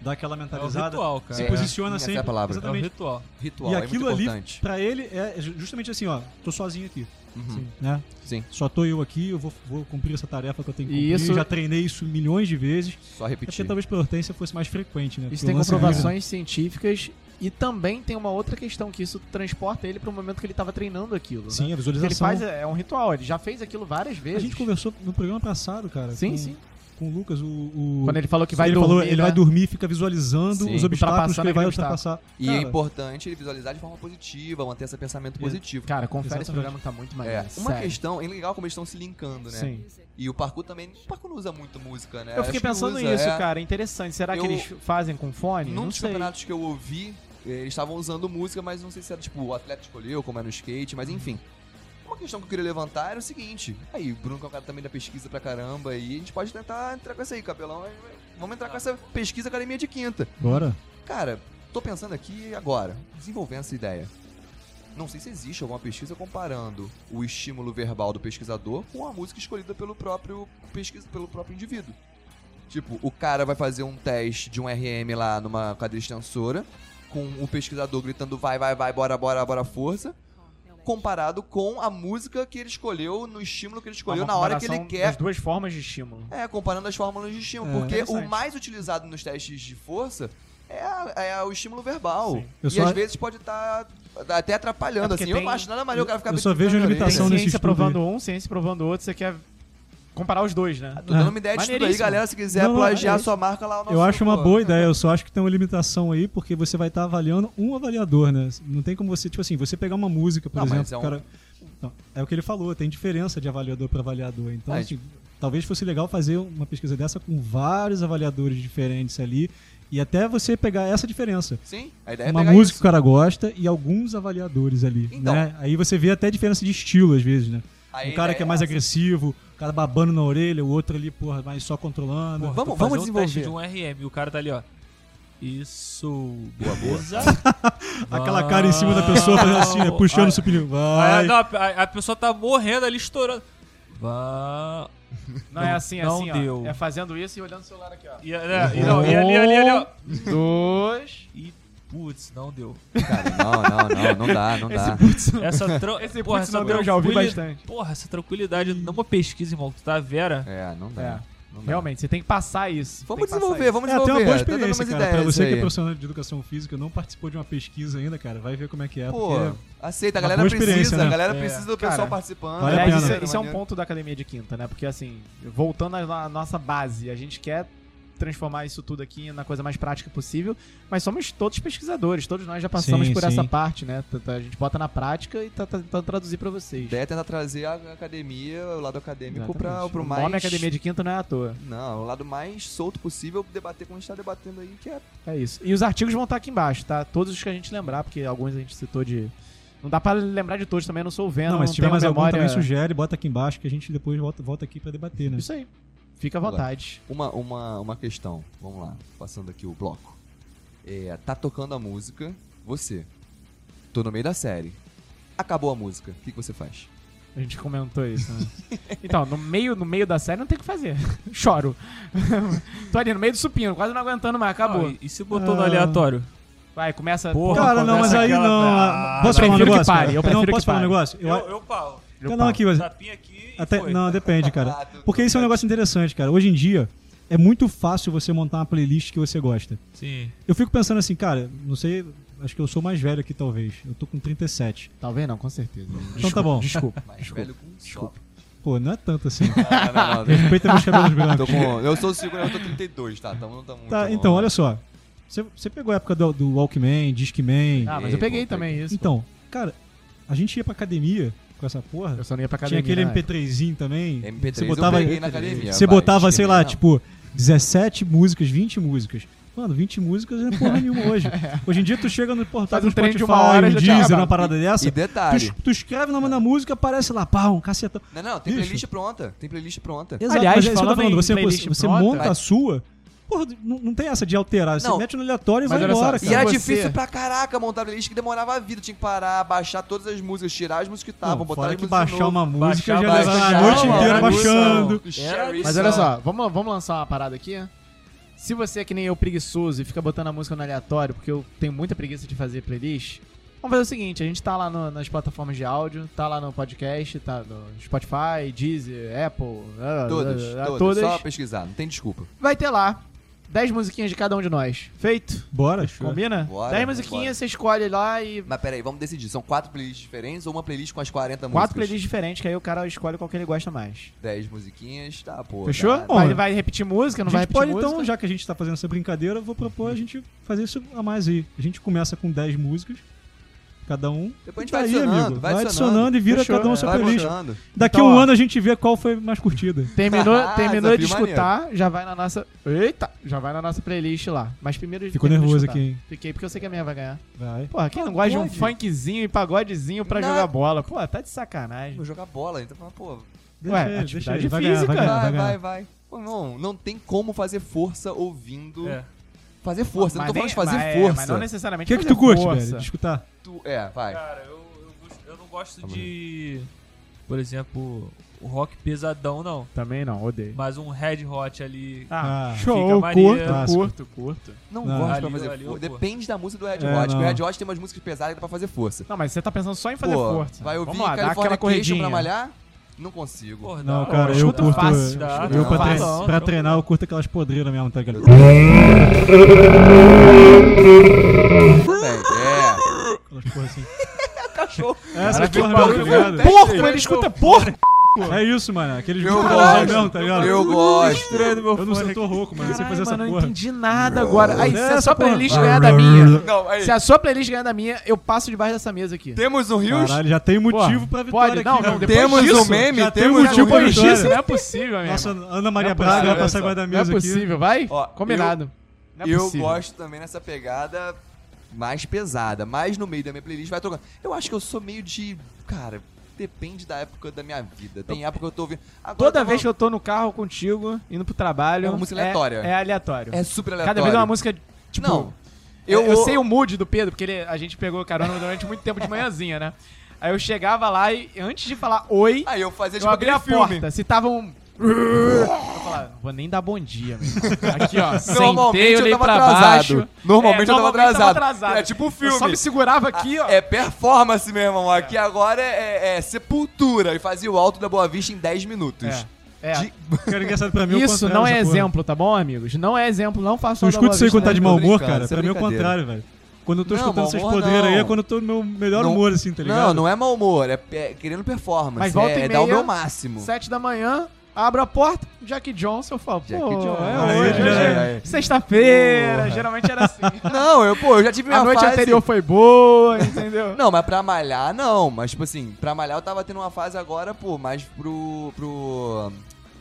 Speaker 2: dá aquela
Speaker 4: É o
Speaker 2: mentalizada.
Speaker 4: ritual, cara.
Speaker 2: é- se
Speaker 4: É,
Speaker 2: posiciona
Speaker 3: essa é a
Speaker 2: sempre.
Speaker 3: palavra.
Speaker 4: é o
Speaker 2: Exatamente.
Speaker 4: ritual.
Speaker 3: Ritual,
Speaker 2: e
Speaker 3: é
Speaker 2: aquilo
Speaker 3: muito
Speaker 2: ali,
Speaker 3: importante.
Speaker 2: pra ele, é ju- justamente assim, ó, tô sozinho aqui,
Speaker 3: Uhum.
Speaker 2: né?
Speaker 3: Sim.
Speaker 2: Só tô eu aqui, eu vou, vou cumprir essa tarefa que eu tenho que
Speaker 1: E
Speaker 2: cumprir,
Speaker 1: isso-
Speaker 2: já treinei isso milhões de vezes.
Speaker 3: Só
Speaker 2: É porque
Speaker 3: repetir.
Speaker 2: talvez pela Hortência fosse mais frequente, né?
Speaker 1: Isso
Speaker 2: Porque
Speaker 1: tem
Speaker 2: o lance
Speaker 1: comprovações científicas e também tem uma outra questão que isso transporta ele pro momento que ele tava treinando aquilo,
Speaker 2: livre-
Speaker 1: né?
Speaker 2: Sim, a
Speaker 1: O que ele
Speaker 2: visualização.
Speaker 1: faz é é um ritual, ele já fez aquilo várias
Speaker 2: A
Speaker 1: vezes.
Speaker 2: gente conversou no programa passado, cara.
Speaker 1: Sim,
Speaker 2: com,
Speaker 1: sim.
Speaker 2: Com o Lucas, o. o-
Speaker 1: Quando ele falou que vai
Speaker 2: ele
Speaker 1: dormir,
Speaker 2: falou, ele
Speaker 1: né?
Speaker 2: vai dormir, fica visualizando
Speaker 3: Sim.
Speaker 2: os obstáculos que
Speaker 1: Ultrapassando
Speaker 2: ele vai
Speaker 1: aquele
Speaker 2: ultrapassar.
Speaker 3: E é
Speaker 2: Cara,
Speaker 3: importante ele visualizar de forma positiva, manter esse pensamento positivo.
Speaker 1: Cara, confere esse
Speaker 2: Exatamente.
Speaker 1: programa que tá muito
Speaker 3: É,
Speaker 1: maneiro.
Speaker 3: uma
Speaker 1: sério.
Speaker 3: questão, é legal como eles estão se linkando, né?
Speaker 1: Sim.
Speaker 3: E o parkour também. O parkour não usa muito música, né?
Speaker 1: Eu fiquei
Speaker 3: Acho que
Speaker 1: pensando
Speaker 3: usa,
Speaker 1: nisso,
Speaker 3: é.
Speaker 1: cara. Interessante. Será que
Speaker 3: Eu-
Speaker 1: eles fazem com fone?
Speaker 3: Num
Speaker 1: Não
Speaker 3: dos
Speaker 1: sei.
Speaker 3: campeonatos que eu ouvi, eh, eles estavam usando música, mas não sei se era tipo o atleta escolheu, como é no
Speaker 1: Uhum.
Speaker 3: skate, mas enfim. Uma questão que eu queria levantar era o seguinte. Aí, o Bruno, que é um cara também da pesquisa pra caramba, e a gente pode tentar entrar com essa aí, capelão. mas Vamos entrar com essa pesquisa academia de quinta.
Speaker 2: Bora.
Speaker 3: Cara, tô pensando aqui agora, desenvolvendo essa ideia. Não sei se existe alguma pesquisa comparando o estímulo verbal do pesquisador com a música escolhida pelo próprio pesquisa, pelo próprio indivíduo. Tipo, o cara vai fazer um teste de um RM lá numa cadeira extensora, com o pesquisador gritando vai, vai, vai, bora, bora, bora, força, comparado com a música que ele escolheu, no estímulo que ele escolheu,
Speaker 1: Uma
Speaker 3: na hora que ele
Speaker 1: comparação
Speaker 3: quer
Speaker 1: das duas formas de estímulo.
Speaker 3: é, comparando as fórmulas de estímulo.
Speaker 2: É.
Speaker 3: porque
Speaker 1: Interessante.
Speaker 3: o mais utilizado nos testes de força é, a- é o estímulo verbal.
Speaker 1: Sim.
Speaker 2: Eu
Speaker 3: E
Speaker 2: só-
Speaker 3: às vezes pode estar até atrapalhando,
Speaker 1: É porque
Speaker 3: assim. Eu
Speaker 1: tem-
Speaker 3: não acho nada maneiro o cara ficar
Speaker 2: eu só
Speaker 3: brincando
Speaker 2: vejo a
Speaker 3: na
Speaker 1: Tem
Speaker 2: limitação
Speaker 3: orelha.
Speaker 2: nesse
Speaker 1: ciência
Speaker 2: estudo
Speaker 1: provando um, ciência provando outro. Você quer comparar os dois, né?
Speaker 3: Tô dando uma ideia de tudo aí,
Speaker 1: Maneiríssimo.
Speaker 3: galera. Se quiser
Speaker 2: É. Não, não,
Speaker 3: plagiar
Speaker 2: é
Speaker 3: sua marca lá, o nosso
Speaker 2: Eu acho uma
Speaker 3: pô,
Speaker 2: boa ideia, eu só acho que tem uma limitação aí, porque você vai estar avaliando um avaliador, né? Não tem como você, tipo assim, você pegar uma música, por
Speaker 3: Não, mas
Speaker 2: exemplo,
Speaker 3: é um-
Speaker 2: o cara. Não, é o que ele falou, tem diferença de avaliador para avaliador. Então,
Speaker 3: É,
Speaker 2: assim, talvez fosse legal fazer uma pesquisa dessa com vários avaliadores diferentes ali. E até você pegar essa diferença.
Speaker 3: Sim, a ideia
Speaker 2: uma
Speaker 3: é pegar
Speaker 2: música que
Speaker 3: isso.
Speaker 2: o cara gosta e alguns avaliadores ali.
Speaker 3: Então.
Speaker 2: né? Aí você vê até a diferença de estilo, às vezes, né?
Speaker 3: Aí
Speaker 2: um cara
Speaker 3: a
Speaker 2: que é
Speaker 3: ideia
Speaker 2: mais
Speaker 3: essa.
Speaker 2: agressivo, o cara babando na orelha, o outro ali, porra, mais só controlando.
Speaker 4: Porra,
Speaker 3: Vamos-
Speaker 4: tô fazendo
Speaker 3: vamos
Speaker 4: um teste
Speaker 3: desenvolver.
Speaker 4: de um RM. E o cara tá ali, ó. Isso. Boa,
Speaker 2: Aquela cara em cima da pessoa fazendo assim, né? Puxando o supininho.
Speaker 4: Ah,
Speaker 2: Vai.
Speaker 4: não, a, a pessoa tá morrendo ali, estourando. Vá.
Speaker 1: Não é assim, é
Speaker 4: Não
Speaker 1: assim,
Speaker 4: deu.
Speaker 1: ó. É fazendo isso e olhando o celular aqui, ó. Um,
Speaker 4: E, é, e não, e ali, ali, ali, ó.
Speaker 1: Dois.
Speaker 4: E, putz, não deu.
Speaker 3: Cara, não, não, não, não dá, não
Speaker 2: é
Speaker 3: dá.
Speaker 4: Essa tran...
Speaker 1: Esse
Speaker 4: porra,
Speaker 1: putz
Speaker 4: essa
Speaker 1: não deu, eu já ouvi
Speaker 4: tranquili-
Speaker 1: bastante.
Speaker 4: Porra, essa tranquilidade numa pesquisa, irmão, que tu tá vera.
Speaker 3: É, não dá.
Speaker 1: É.
Speaker 3: não dá.
Speaker 1: Realmente, você tem que passar isso.
Speaker 3: Vamos
Speaker 1: Tem que passar
Speaker 3: desenvolver, vamos
Speaker 2: É, tem
Speaker 3: desenvolver.
Speaker 2: uma
Speaker 3: Tá
Speaker 2: boa
Speaker 3: dando
Speaker 2: experiência,
Speaker 3: umas
Speaker 2: cara. Pra
Speaker 3: ideias
Speaker 2: você
Speaker 3: aí.
Speaker 2: que é profissional de educação física, não participou de uma pesquisa ainda, cara, vai ver como é que é.
Speaker 3: Pô,
Speaker 2: porque-
Speaker 3: aceita, a
Speaker 2: uma
Speaker 3: galera
Speaker 2: boa experiência,
Speaker 3: precisa. A
Speaker 2: né?
Speaker 3: galera
Speaker 1: É.
Speaker 3: precisa do
Speaker 1: Cara,
Speaker 3: pessoal participando.
Speaker 2: vale a
Speaker 1: Aliás,
Speaker 2: pena.
Speaker 1: isso, isso é um ponto da academia de quinta, né? Porque assim, voltando à na- nossa base, a gente quer transformar isso tudo aqui na coisa mais prática possível, mas somos todos pesquisadores, todos nós já passamos
Speaker 2: Sim,
Speaker 1: por
Speaker 2: sim.
Speaker 1: essa parte, né? T- t- A gente bota na prática e tá tá- tentando traduzir pra
Speaker 3: A
Speaker 1: vocês.
Speaker 3: ideia é tentar trazer a academia, o lado acadêmico, pra,
Speaker 1: Exatamente.
Speaker 3: pro
Speaker 1: o
Speaker 3: mais.
Speaker 1: nome academia de quinta não é à toa.
Speaker 3: Não, o lado mais solto possível, debater como a gente tá debatendo aí, que é.
Speaker 1: É isso. E os artigos vão estar aqui embaixo, tá? Todos os que a gente lembrar, porque alguns a gente citou de. Não dá pra lembrar de todos também, eu não sou o Venom.
Speaker 2: Não, mas se tiver
Speaker 1: tenho
Speaker 2: mais algum
Speaker 1: memória...
Speaker 2: também sugere, bota aqui embaixo que a gente depois volta, volta aqui pra debater, né?
Speaker 1: Isso aí. Fica à
Speaker 3: Vamos lá.
Speaker 1: vontade.
Speaker 3: Uma, uma, uma questão, vamos lá, passando aqui o bloco. É, tá tocando a música, você. Tô no meio da série. Acabou a música. O que, que você faz?
Speaker 7: A gente comentou isso, né? Então, no meio, no meio da série não tem o que fazer. Choro. Tô ali no meio do supino, quase não aguentando mais, acabou.
Speaker 4: Ah, e, e se botou no
Speaker 2: Ah.
Speaker 4: aleatório?
Speaker 7: Vai, começa.
Speaker 4: Porra,
Speaker 2: Cara, não, mas
Speaker 4: começa
Speaker 2: aí
Speaker 4: aquela-
Speaker 2: não.
Speaker 4: Ah,
Speaker 2: posso
Speaker 7: eu
Speaker 2: falar um
Speaker 7: prefiro que
Speaker 2: negócio?
Speaker 7: pare,
Speaker 2: cara?
Speaker 7: eu prefiro
Speaker 2: não,
Speaker 7: que
Speaker 2: posso falar um
Speaker 7: pare.
Speaker 2: negócio? Eu-
Speaker 4: Eu, eu pau.
Speaker 7: Eu
Speaker 2: não,
Speaker 7: paro.
Speaker 2: aqui, você-
Speaker 4: Tapinha aqui e
Speaker 2: Até-
Speaker 4: Assim foi.
Speaker 2: não, depende, cara.
Speaker 3: Ah, tu-
Speaker 2: Porque isso é um negócio interessante, cara. Hoje em dia, é muito fácil você montar uma playlist que você gosta.
Speaker 4: Sim.
Speaker 2: Eu fico pensando assim, cara, não sei, acho que eu sou mais velho aqui, talvez. Eu tô com 37.
Speaker 1: Talvez não, com certeza.
Speaker 2: Então tá bom.
Speaker 1: Desculpa.
Speaker 3: Mais velho com um só.
Speaker 2: Pô, não é tanto assim.
Speaker 3: Ah, não, não, não.
Speaker 2: Respeita meus cabelos brancos.
Speaker 3: Tô com- eu sou o segundo, eu tô 32, tá? Então não tá muito
Speaker 2: Tá,
Speaker 3: bom,
Speaker 2: então,
Speaker 3: né?
Speaker 2: olha só. Você- Você pegou a época do, do Walkman, Discman.
Speaker 7: Ah, mas eu peguei também isso.
Speaker 2: então, cara, a gente ia pra academia com essa porra.
Speaker 1: Eu só não ia pra academia.
Speaker 2: Tinha
Speaker 7: é
Speaker 1: né?
Speaker 2: aquele
Speaker 1: na época.
Speaker 2: MP3zinho também.
Speaker 3: MP3
Speaker 2: você
Speaker 3: eu
Speaker 2: botava,
Speaker 3: peguei na academia,
Speaker 2: Você
Speaker 3: vai,
Speaker 2: botava,
Speaker 3: disque
Speaker 2: sei lá,
Speaker 3: não.
Speaker 2: tipo, 17 músicas, 20 músicas. Mano, 20 músicas não é porra nenhuma hoje. Hoje em dia tu chega no portal
Speaker 7: Faz
Speaker 2: do
Speaker 7: um trem
Speaker 2: Spotify,
Speaker 7: de uma hora,
Speaker 2: um
Speaker 7: já tinha
Speaker 2: Deezer,
Speaker 7: acabado.
Speaker 2: uma parada dessa.
Speaker 3: E
Speaker 2: tu,
Speaker 3: detalhe.
Speaker 2: es- tu escreve o nome da música, aparece lá, pá, um cacetão.
Speaker 3: Não, não, tem
Speaker 2: Bicho.
Speaker 3: playlist pronta. Tem playlist pronta.
Speaker 2: Exato,
Speaker 7: Aliás,
Speaker 2: mas é isso que eu tô
Speaker 7: falando
Speaker 2: falando.
Speaker 7: em
Speaker 2: Você,
Speaker 7: playlist
Speaker 2: você, você
Speaker 7: pronta-
Speaker 2: monta a sua. Porra, não, não tem essa de alterar. Você
Speaker 3: Não.
Speaker 2: mete no aleatório e
Speaker 7: Mas
Speaker 2: vai
Speaker 7: olha só,
Speaker 2: embora,
Speaker 7: se
Speaker 3: E
Speaker 2: cara.
Speaker 3: era
Speaker 7: você-
Speaker 3: difícil pra caraca montar a playlist que demorava a vida. Tinha que parar, baixar todas as músicas, tirar as músicas que estavam,
Speaker 2: Não,
Speaker 3: Tá, botar
Speaker 2: fora
Speaker 3: as
Speaker 2: que
Speaker 3: músicas. de
Speaker 2: baixar
Speaker 3: novo.
Speaker 2: uma música já
Speaker 4: baixar,
Speaker 2: leva a
Speaker 4: baixar,
Speaker 2: noite
Speaker 4: uma
Speaker 2: inteira
Speaker 4: hora,
Speaker 2: baixando.
Speaker 3: Era
Speaker 1: Mas olha só, vamos, vamos lançar uma parada aqui? né? Se você é que nem eu preguiçoso e fica botando a música no aleatório, porque eu tenho muita preguiça de fazer playlist, vamos fazer o seguinte: a gente tá lá no- nas plataformas de áudio, tá lá no podcast, tá no Spotify, Deezer, Apple, ah,
Speaker 3: Todas,
Speaker 1: ah, ah,
Speaker 3: todas,
Speaker 1: todas.
Speaker 3: Só pesquisar, não tem desculpa.
Speaker 1: Vai ter lá 10 musiquinhas de cada um de nós. Feito?
Speaker 2: Bora.
Speaker 1: Combina?
Speaker 3: Bora,
Speaker 1: 10 musiquinhas,
Speaker 3: bora.
Speaker 1: você escolhe lá e.
Speaker 3: Mas peraí, vamos decidir. São quatro playlists diferentes ou uma playlist com as 40
Speaker 1: Quatro
Speaker 3: músicas?
Speaker 1: playlists diferentes, que aí o cara escolhe qual que ele gosta mais.
Speaker 3: 10 musiquinhas, tá, pô.
Speaker 1: Fechou?
Speaker 3: dá-
Speaker 1: Vai, vai repetir música, não
Speaker 2: a
Speaker 1: vai
Speaker 2: gente
Speaker 1: repetir
Speaker 2: pode,
Speaker 1: música?
Speaker 2: então, já que a gente tá fazendo essa brincadeira, eu vou propor a gente fazer isso a mais aí. A gente começa com 10 músicas, cada um.
Speaker 3: Depois a gente vai
Speaker 2: e daí,
Speaker 3: adicionando,
Speaker 2: amigo,
Speaker 3: vai
Speaker 2: vai adicionando e vira
Speaker 1: Fechou,
Speaker 2: cada um
Speaker 1: é,
Speaker 2: sua
Speaker 3: Vai
Speaker 2: playlist.
Speaker 3: mostrando.
Speaker 2: Daqui
Speaker 1: Então,
Speaker 2: um
Speaker 1: ó.
Speaker 2: ano a gente vê qual foi mais curtida.
Speaker 1: Terminou,
Speaker 3: Ah,
Speaker 1: terminou de
Speaker 3: desafio maneiro.
Speaker 1: escutar, já vai na nossa. Eita! Já vai na nossa playlist lá. Mas primeiro.
Speaker 2: Ficou
Speaker 1: termina de
Speaker 2: nervoso
Speaker 1: escutar.
Speaker 2: aqui, hein?
Speaker 1: Fiquei porque eu sei que a minha vai ganhar.
Speaker 2: Vai.
Speaker 1: Porra, quem não gosta de um
Speaker 3: Pagode?
Speaker 1: funkzinho e pagodezinho pra
Speaker 3: Não.
Speaker 1: jogar bola? Pô, tá de sacanagem.
Speaker 3: Vou jogar bola, então fala, pô,
Speaker 2: Deixa ele,
Speaker 1: atividade
Speaker 2: deixa ele, vai
Speaker 1: física.
Speaker 2: ganhar, vai ganhar,
Speaker 3: vai,
Speaker 2: É, vai
Speaker 3: vai,
Speaker 2: ganhar.
Speaker 3: vai. Pô, não, não tem como fazer força ouvindo.
Speaker 4: É.
Speaker 3: Fazer força, não tô falando
Speaker 1: nem-
Speaker 3: de fazer
Speaker 1: mas é,
Speaker 3: força.
Speaker 1: mas não
Speaker 2: O
Speaker 1: necessariamente.
Speaker 2: que é que
Speaker 1: fazer
Speaker 2: tu curte,
Speaker 1: força.
Speaker 2: velho? De escutar?
Speaker 3: Tu- é, vai.
Speaker 4: Cara, eu, eu, gosto- eu não gosto de. Por exemplo, o rock pesadão, não.
Speaker 1: Também não, odeio.
Speaker 4: Mas um red hot ali.
Speaker 2: Ah,
Speaker 1: Show,
Speaker 4: Fica
Speaker 1: curto,
Speaker 2: maneiro.
Speaker 1: curto, curto.
Speaker 3: Não,
Speaker 2: Não.
Speaker 3: gosto
Speaker 4: Ali,
Speaker 3: pra fazer força.
Speaker 4: ali, eu curto.
Speaker 3: Depende da música do Red
Speaker 2: É,
Speaker 3: Hot. porque O
Speaker 2: não.
Speaker 3: Red Hot tem umas músicas pesadas que é pra fazer força.
Speaker 1: Não, mas você tá pensando só em fazer
Speaker 3: pô,
Speaker 1: força.
Speaker 3: vai ouvir
Speaker 1: Vamos lá, dá aquela
Speaker 3: California Cation pra
Speaker 1: corridinha.
Speaker 3: malhar? Não consigo.
Speaker 4: Porra,
Speaker 2: Não,
Speaker 4: dá,
Speaker 2: cara,
Speaker 4: eu
Speaker 2: eu
Speaker 1: escuto
Speaker 2: curto. tá
Speaker 1: fácil,
Speaker 4: dá,
Speaker 2: eu,
Speaker 4: dá,
Speaker 2: pra, tre-
Speaker 4: fácil.
Speaker 2: pra treinar, eu curto aquelas podreiras mesmo, tá ligado?
Speaker 3: Também, É.
Speaker 2: Aquelas porra assim.
Speaker 3: Cachorro.
Speaker 2: Essa
Speaker 1: Cara, que
Speaker 2: porra mesmo,
Speaker 1: barulho,
Speaker 2: tá ligado?
Speaker 1: Porco, ele escuta porco.
Speaker 2: É isso, mano. Aqueles
Speaker 3: Eu
Speaker 2: microfones
Speaker 3: gosto.
Speaker 2: mesmo, tá ligado?
Speaker 3: Eu gosto.
Speaker 2: Eu não sei, eu tô rouco, mano. Eu sei
Speaker 1: Caralho,
Speaker 2: fazer essa
Speaker 1: mano, eu não
Speaker 2: porra.
Speaker 1: entendi nada agora. Aí, se
Speaker 2: Essa
Speaker 1: a sua
Speaker 2: porra.
Speaker 1: playlist ganhar da minha, se a sua playlist ganhar da minha, eu passo debaixo dessa mesa aqui.
Speaker 3: Temos um Rios?
Speaker 2: Caralho, já tem
Speaker 1: Porra,
Speaker 2: motivo pra vitória
Speaker 1: pode,
Speaker 2: aqui,
Speaker 1: não,
Speaker 2: meu
Speaker 1: não,
Speaker 2: amigo.
Speaker 1: depois
Speaker 3: Temos
Speaker 1: disso,
Speaker 3: um meme?
Speaker 2: já
Speaker 3: temos
Speaker 2: temos
Speaker 3: um
Speaker 2: motivo pra
Speaker 1: Depois
Speaker 3: meme.
Speaker 2: vitória.
Speaker 1: disso, não é possível, meu
Speaker 2: Nossa,
Speaker 1: irmão.
Speaker 2: Ana
Speaker 1: Não
Speaker 2: Maria
Speaker 1: é
Speaker 2: Braga
Speaker 1: possível,
Speaker 2: vai passar
Speaker 1: olha
Speaker 2: agora da
Speaker 1: só. Não é
Speaker 2: mesa aqui.
Speaker 1: possível, vai?
Speaker 3: Ó,
Speaker 1: Combinado. Não é
Speaker 3: eu
Speaker 1: possível.
Speaker 3: gosto também nessa pegada mais pesada, mais no meio da minha playlist, vai trocando. Eu acho que eu sou meio de. Cara, depende da época da minha vida. Tem época que eu tô ouvindo. Agora
Speaker 1: Toda
Speaker 3: eu tô
Speaker 1: vez que eu tô no carro contigo, indo pro trabalho.
Speaker 3: É uma música aleatória.
Speaker 1: É, é aleatório.
Speaker 3: É super aleatório.
Speaker 1: Cada vez é uma música. Tipo,
Speaker 3: Não.
Speaker 1: Eu,
Speaker 3: Eu,
Speaker 1: eu sei um- o mood do Pedro, porque ele- a gente pegou carona durante muito tempo de manhãzinha, né? Aí eu chegava lá e antes de falar oi,
Speaker 3: Aí eu fazia
Speaker 1: eu
Speaker 3: tipo
Speaker 1: abria
Speaker 3: aquele
Speaker 1: a
Speaker 3: filme.
Speaker 1: porta. Se tava um. Eu falava, não vou nem dar bom dia, meu irmão. Aqui, ó,
Speaker 3: Normalmente
Speaker 1: sentei,
Speaker 3: eu
Speaker 1: olhei
Speaker 3: tava
Speaker 1: pra
Speaker 3: atrasado.
Speaker 1: baixo. É,
Speaker 3: Normalmente eu tava atrasado. É tipo um
Speaker 1: um Eu só
Speaker 3: filme.
Speaker 1: me segurava aqui, ó.
Speaker 3: É performance, meu irmão. Aqui agora é, é- é sepultura. E fazia o alto da Boa Vista em 10 minutos.
Speaker 1: É, é.
Speaker 3: De-
Speaker 2: Cara, engraçado pra mim é o
Speaker 1: Isso
Speaker 2: contrário
Speaker 1: não é
Speaker 2: dessa porra.
Speaker 1: exemplo, tá bom, amigos? Não é exemplo, não façam
Speaker 2: Eu
Speaker 1: da Boa
Speaker 2: escuto isso aí
Speaker 1: Vista,
Speaker 2: quando tá
Speaker 1: né?
Speaker 2: de
Speaker 3: tô
Speaker 2: mau humor,
Speaker 3: brincando,
Speaker 2: cara.
Speaker 3: isso é
Speaker 2: Pra mim é o
Speaker 3: brincadeira.
Speaker 2: contrário, velho. Quando eu tô
Speaker 3: Não,
Speaker 2: escutando
Speaker 3: mau
Speaker 2: essas
Speaker 3: humor
Speaker 2: podreiras aí é
Speaker 3: não.
Speaker 2: quando eu tô no meu melhor
Speaker 3: Não-
Speaker 2: humor, assim, tá ligado?
Speaker 3: Não, não é mau humor. É, é querendo performance.
Speaker 1: Mas volta
Speaker 3: é,
Speaker 1: e
Speaker 3: é dar o
Speaker 1: meia,
Speaker 3: meu
Speaker 2: tá-
Speaker 3: máximo.
Speaker 1: Sete da manhã, abro a porta, Jack Johnson, eu falo, pô,
Speaker 3: Jack Johnson.
Speaker 1: é
Speaker 2: Aí,
Speaker 1: hoje,
Speaker 2: já
Speaker 1: hoje é
Speaker 3: era.
Speaker 1: Sexta-feira,
Speaker 3: Porra.
Speaker 1: geralmente era assim.
Speaker 3: Não, eu, pô, eu já tive
Speaker 1: a
Speaker 3: uma
Speaker 1: noite
Speaker 3: fase...
Speaker 1: anterior foi boa, entendeu?
Speaker 3: Não, mas pra malhar, não. Mas, tipo assim, pra malhar eu tava tendo uma fase agora, pô, mais pro... pro...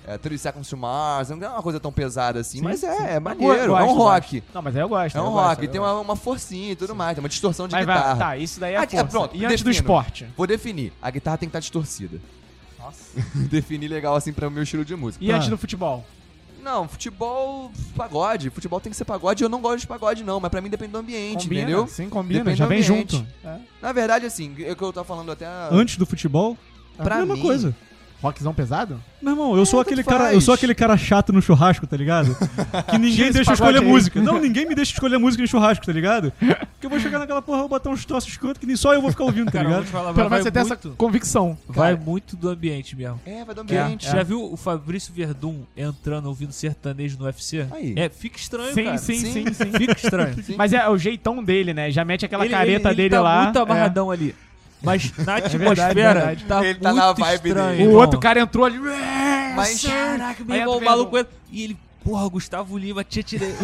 Speaker 3: É, 30 Seconds to Mars, não é uma coisa tão pesada assim, mas é, é maneiro, é um rock.
Speaker 1: Não, mas aí eu gosto.
Speaker 3: É um
Speaker 1: eu gosto,
Speaker 3: rock,
Speaker 1: eu
Speaker 3: tem
Speaker 1: gosto.
Speaker 3: uma, uma forcinha e tudo mais, tem uma distorção de
Speaker 1: Mas
Speaker 3: guitarra.
Speaker 1: vai, tá, isso daí é
Speaker 3: Ah,
Speaker 1: a
Speaker 3: é,
Speaker 1: força.
Speaker 3: pronto,
Speaker 1: e antes do
Speaker 3: defino.
Speaker 1: esporte?
Speaker 3: Vou definir, a guitarra tem que estar distorcida.
Speaker 1: Nossa.
Speaker 3: Definir legal assim pra o meu estilo de música.
Speaker 1: E
Speaker 2: Tá.
Speaker 1: antes do futebol?
Speaker 3: Não, futebol, pagode. Futebol tem que ser pagode. Eu não gosto de pagode, não, mas pra mim depende do ambiente,
Speaker 1: Combina,
Speaker 3: entendeu?
Speaker 1: Sim, combina,
Speaker 3: Depende
Speaker 1: já
Speaker 3: do
Speaker 1: vem
Speaker 3: ambiente.
Speaker 1: junto. É.
Speaker 3: Na verdade, assim, é o que eu tava falando até.
Speaker 2: Antes do futebol, é
Speaker 3: Pra
Speaker 2: a mesma
Speaker 3: mim,
Speaker 2: coisa.
Speaker 1: Rockzão pesado?
Speaker 2: Meu irmão, eu sou
Speaker 3: tanto
Speaker 2: aquele cara,
Speaker 3: faz.
Speaker 2: eu sou aquele cara chato no churrasco, tá ligado? Que ninguém
Speaker 1: esse
Speaker 2: deixa eu escolher
Speaker 1: pagode aí.
Speaker 2: música. Não, ninguém me deixa escolher música em churrasco, tá ligado? Porque eu vou chegar naquela porra, eu vou botar uns troços escroto que nem só eu vou ficar ouvindo, tá
Speaker 4: Cara, eu vou
Speaker 2: ligado?
Speaker 4: te falar,
Speaker 1: Pelo
Speaker 4: vai,
Speaker 1: menos você tem
Speaker 4: vai,
Speaker 1: essa
Speaker 4: muito,
Speaker 1: convicção.
Speaker 4: vai
Speaker 3: Cara.
Speaker 4: muito do ambiente mesmo.
Speaker 3: É, vai do
Speaker 1: É,
Speaker 3: ambiente.
Speaker 4: Já viu o Fabrício Verdun entrando ouvindo sertanejo no UFC?
Speaker 3: Aí.
Speaker 4: É, fica estranho,
Speaker 1: Sim,
Speaker 4: cara.
Speaker 1: sim, sim,
Speaker 3: Sim.
Speaker 1: sim.
Speaker 4: Fica estranho.
Speaker 3: Sim.
Speaker 1: Mas é o jeitão dele, né? Já mete aquela
Speaker 4: Ele-
Speaker 1: careta
Speaker 4: ele- ele
Speaker 1: dele
Speaker 4: tá
Speaker 1: lá.
Speaker 4: muito
Speaker 1: é.
Speaker 4: amarradão ali. Mas na atmosfera
Speaker 1: verdade.
Speaker 4: tá
Speaker 3: Ele
Speaker 4: muito
Speaker 3: tá na vibe
Speaker 4: estranho.
Speaker 3: dele.
Speaker 1: O
Speaker 4: irmão.
Speaker 1: outro cara assim, entrou ali.
Speaker 3: Mas-
Speaker 4: Caraca, meu
Speaker 1: Aí
Speaker 4: irmão,
Speaker 1: entra
Speaker 4: o
Speaker 1: o
Speaker 4: maluco... entra- E ele... Porra, Gustavo Lima, tia tirei.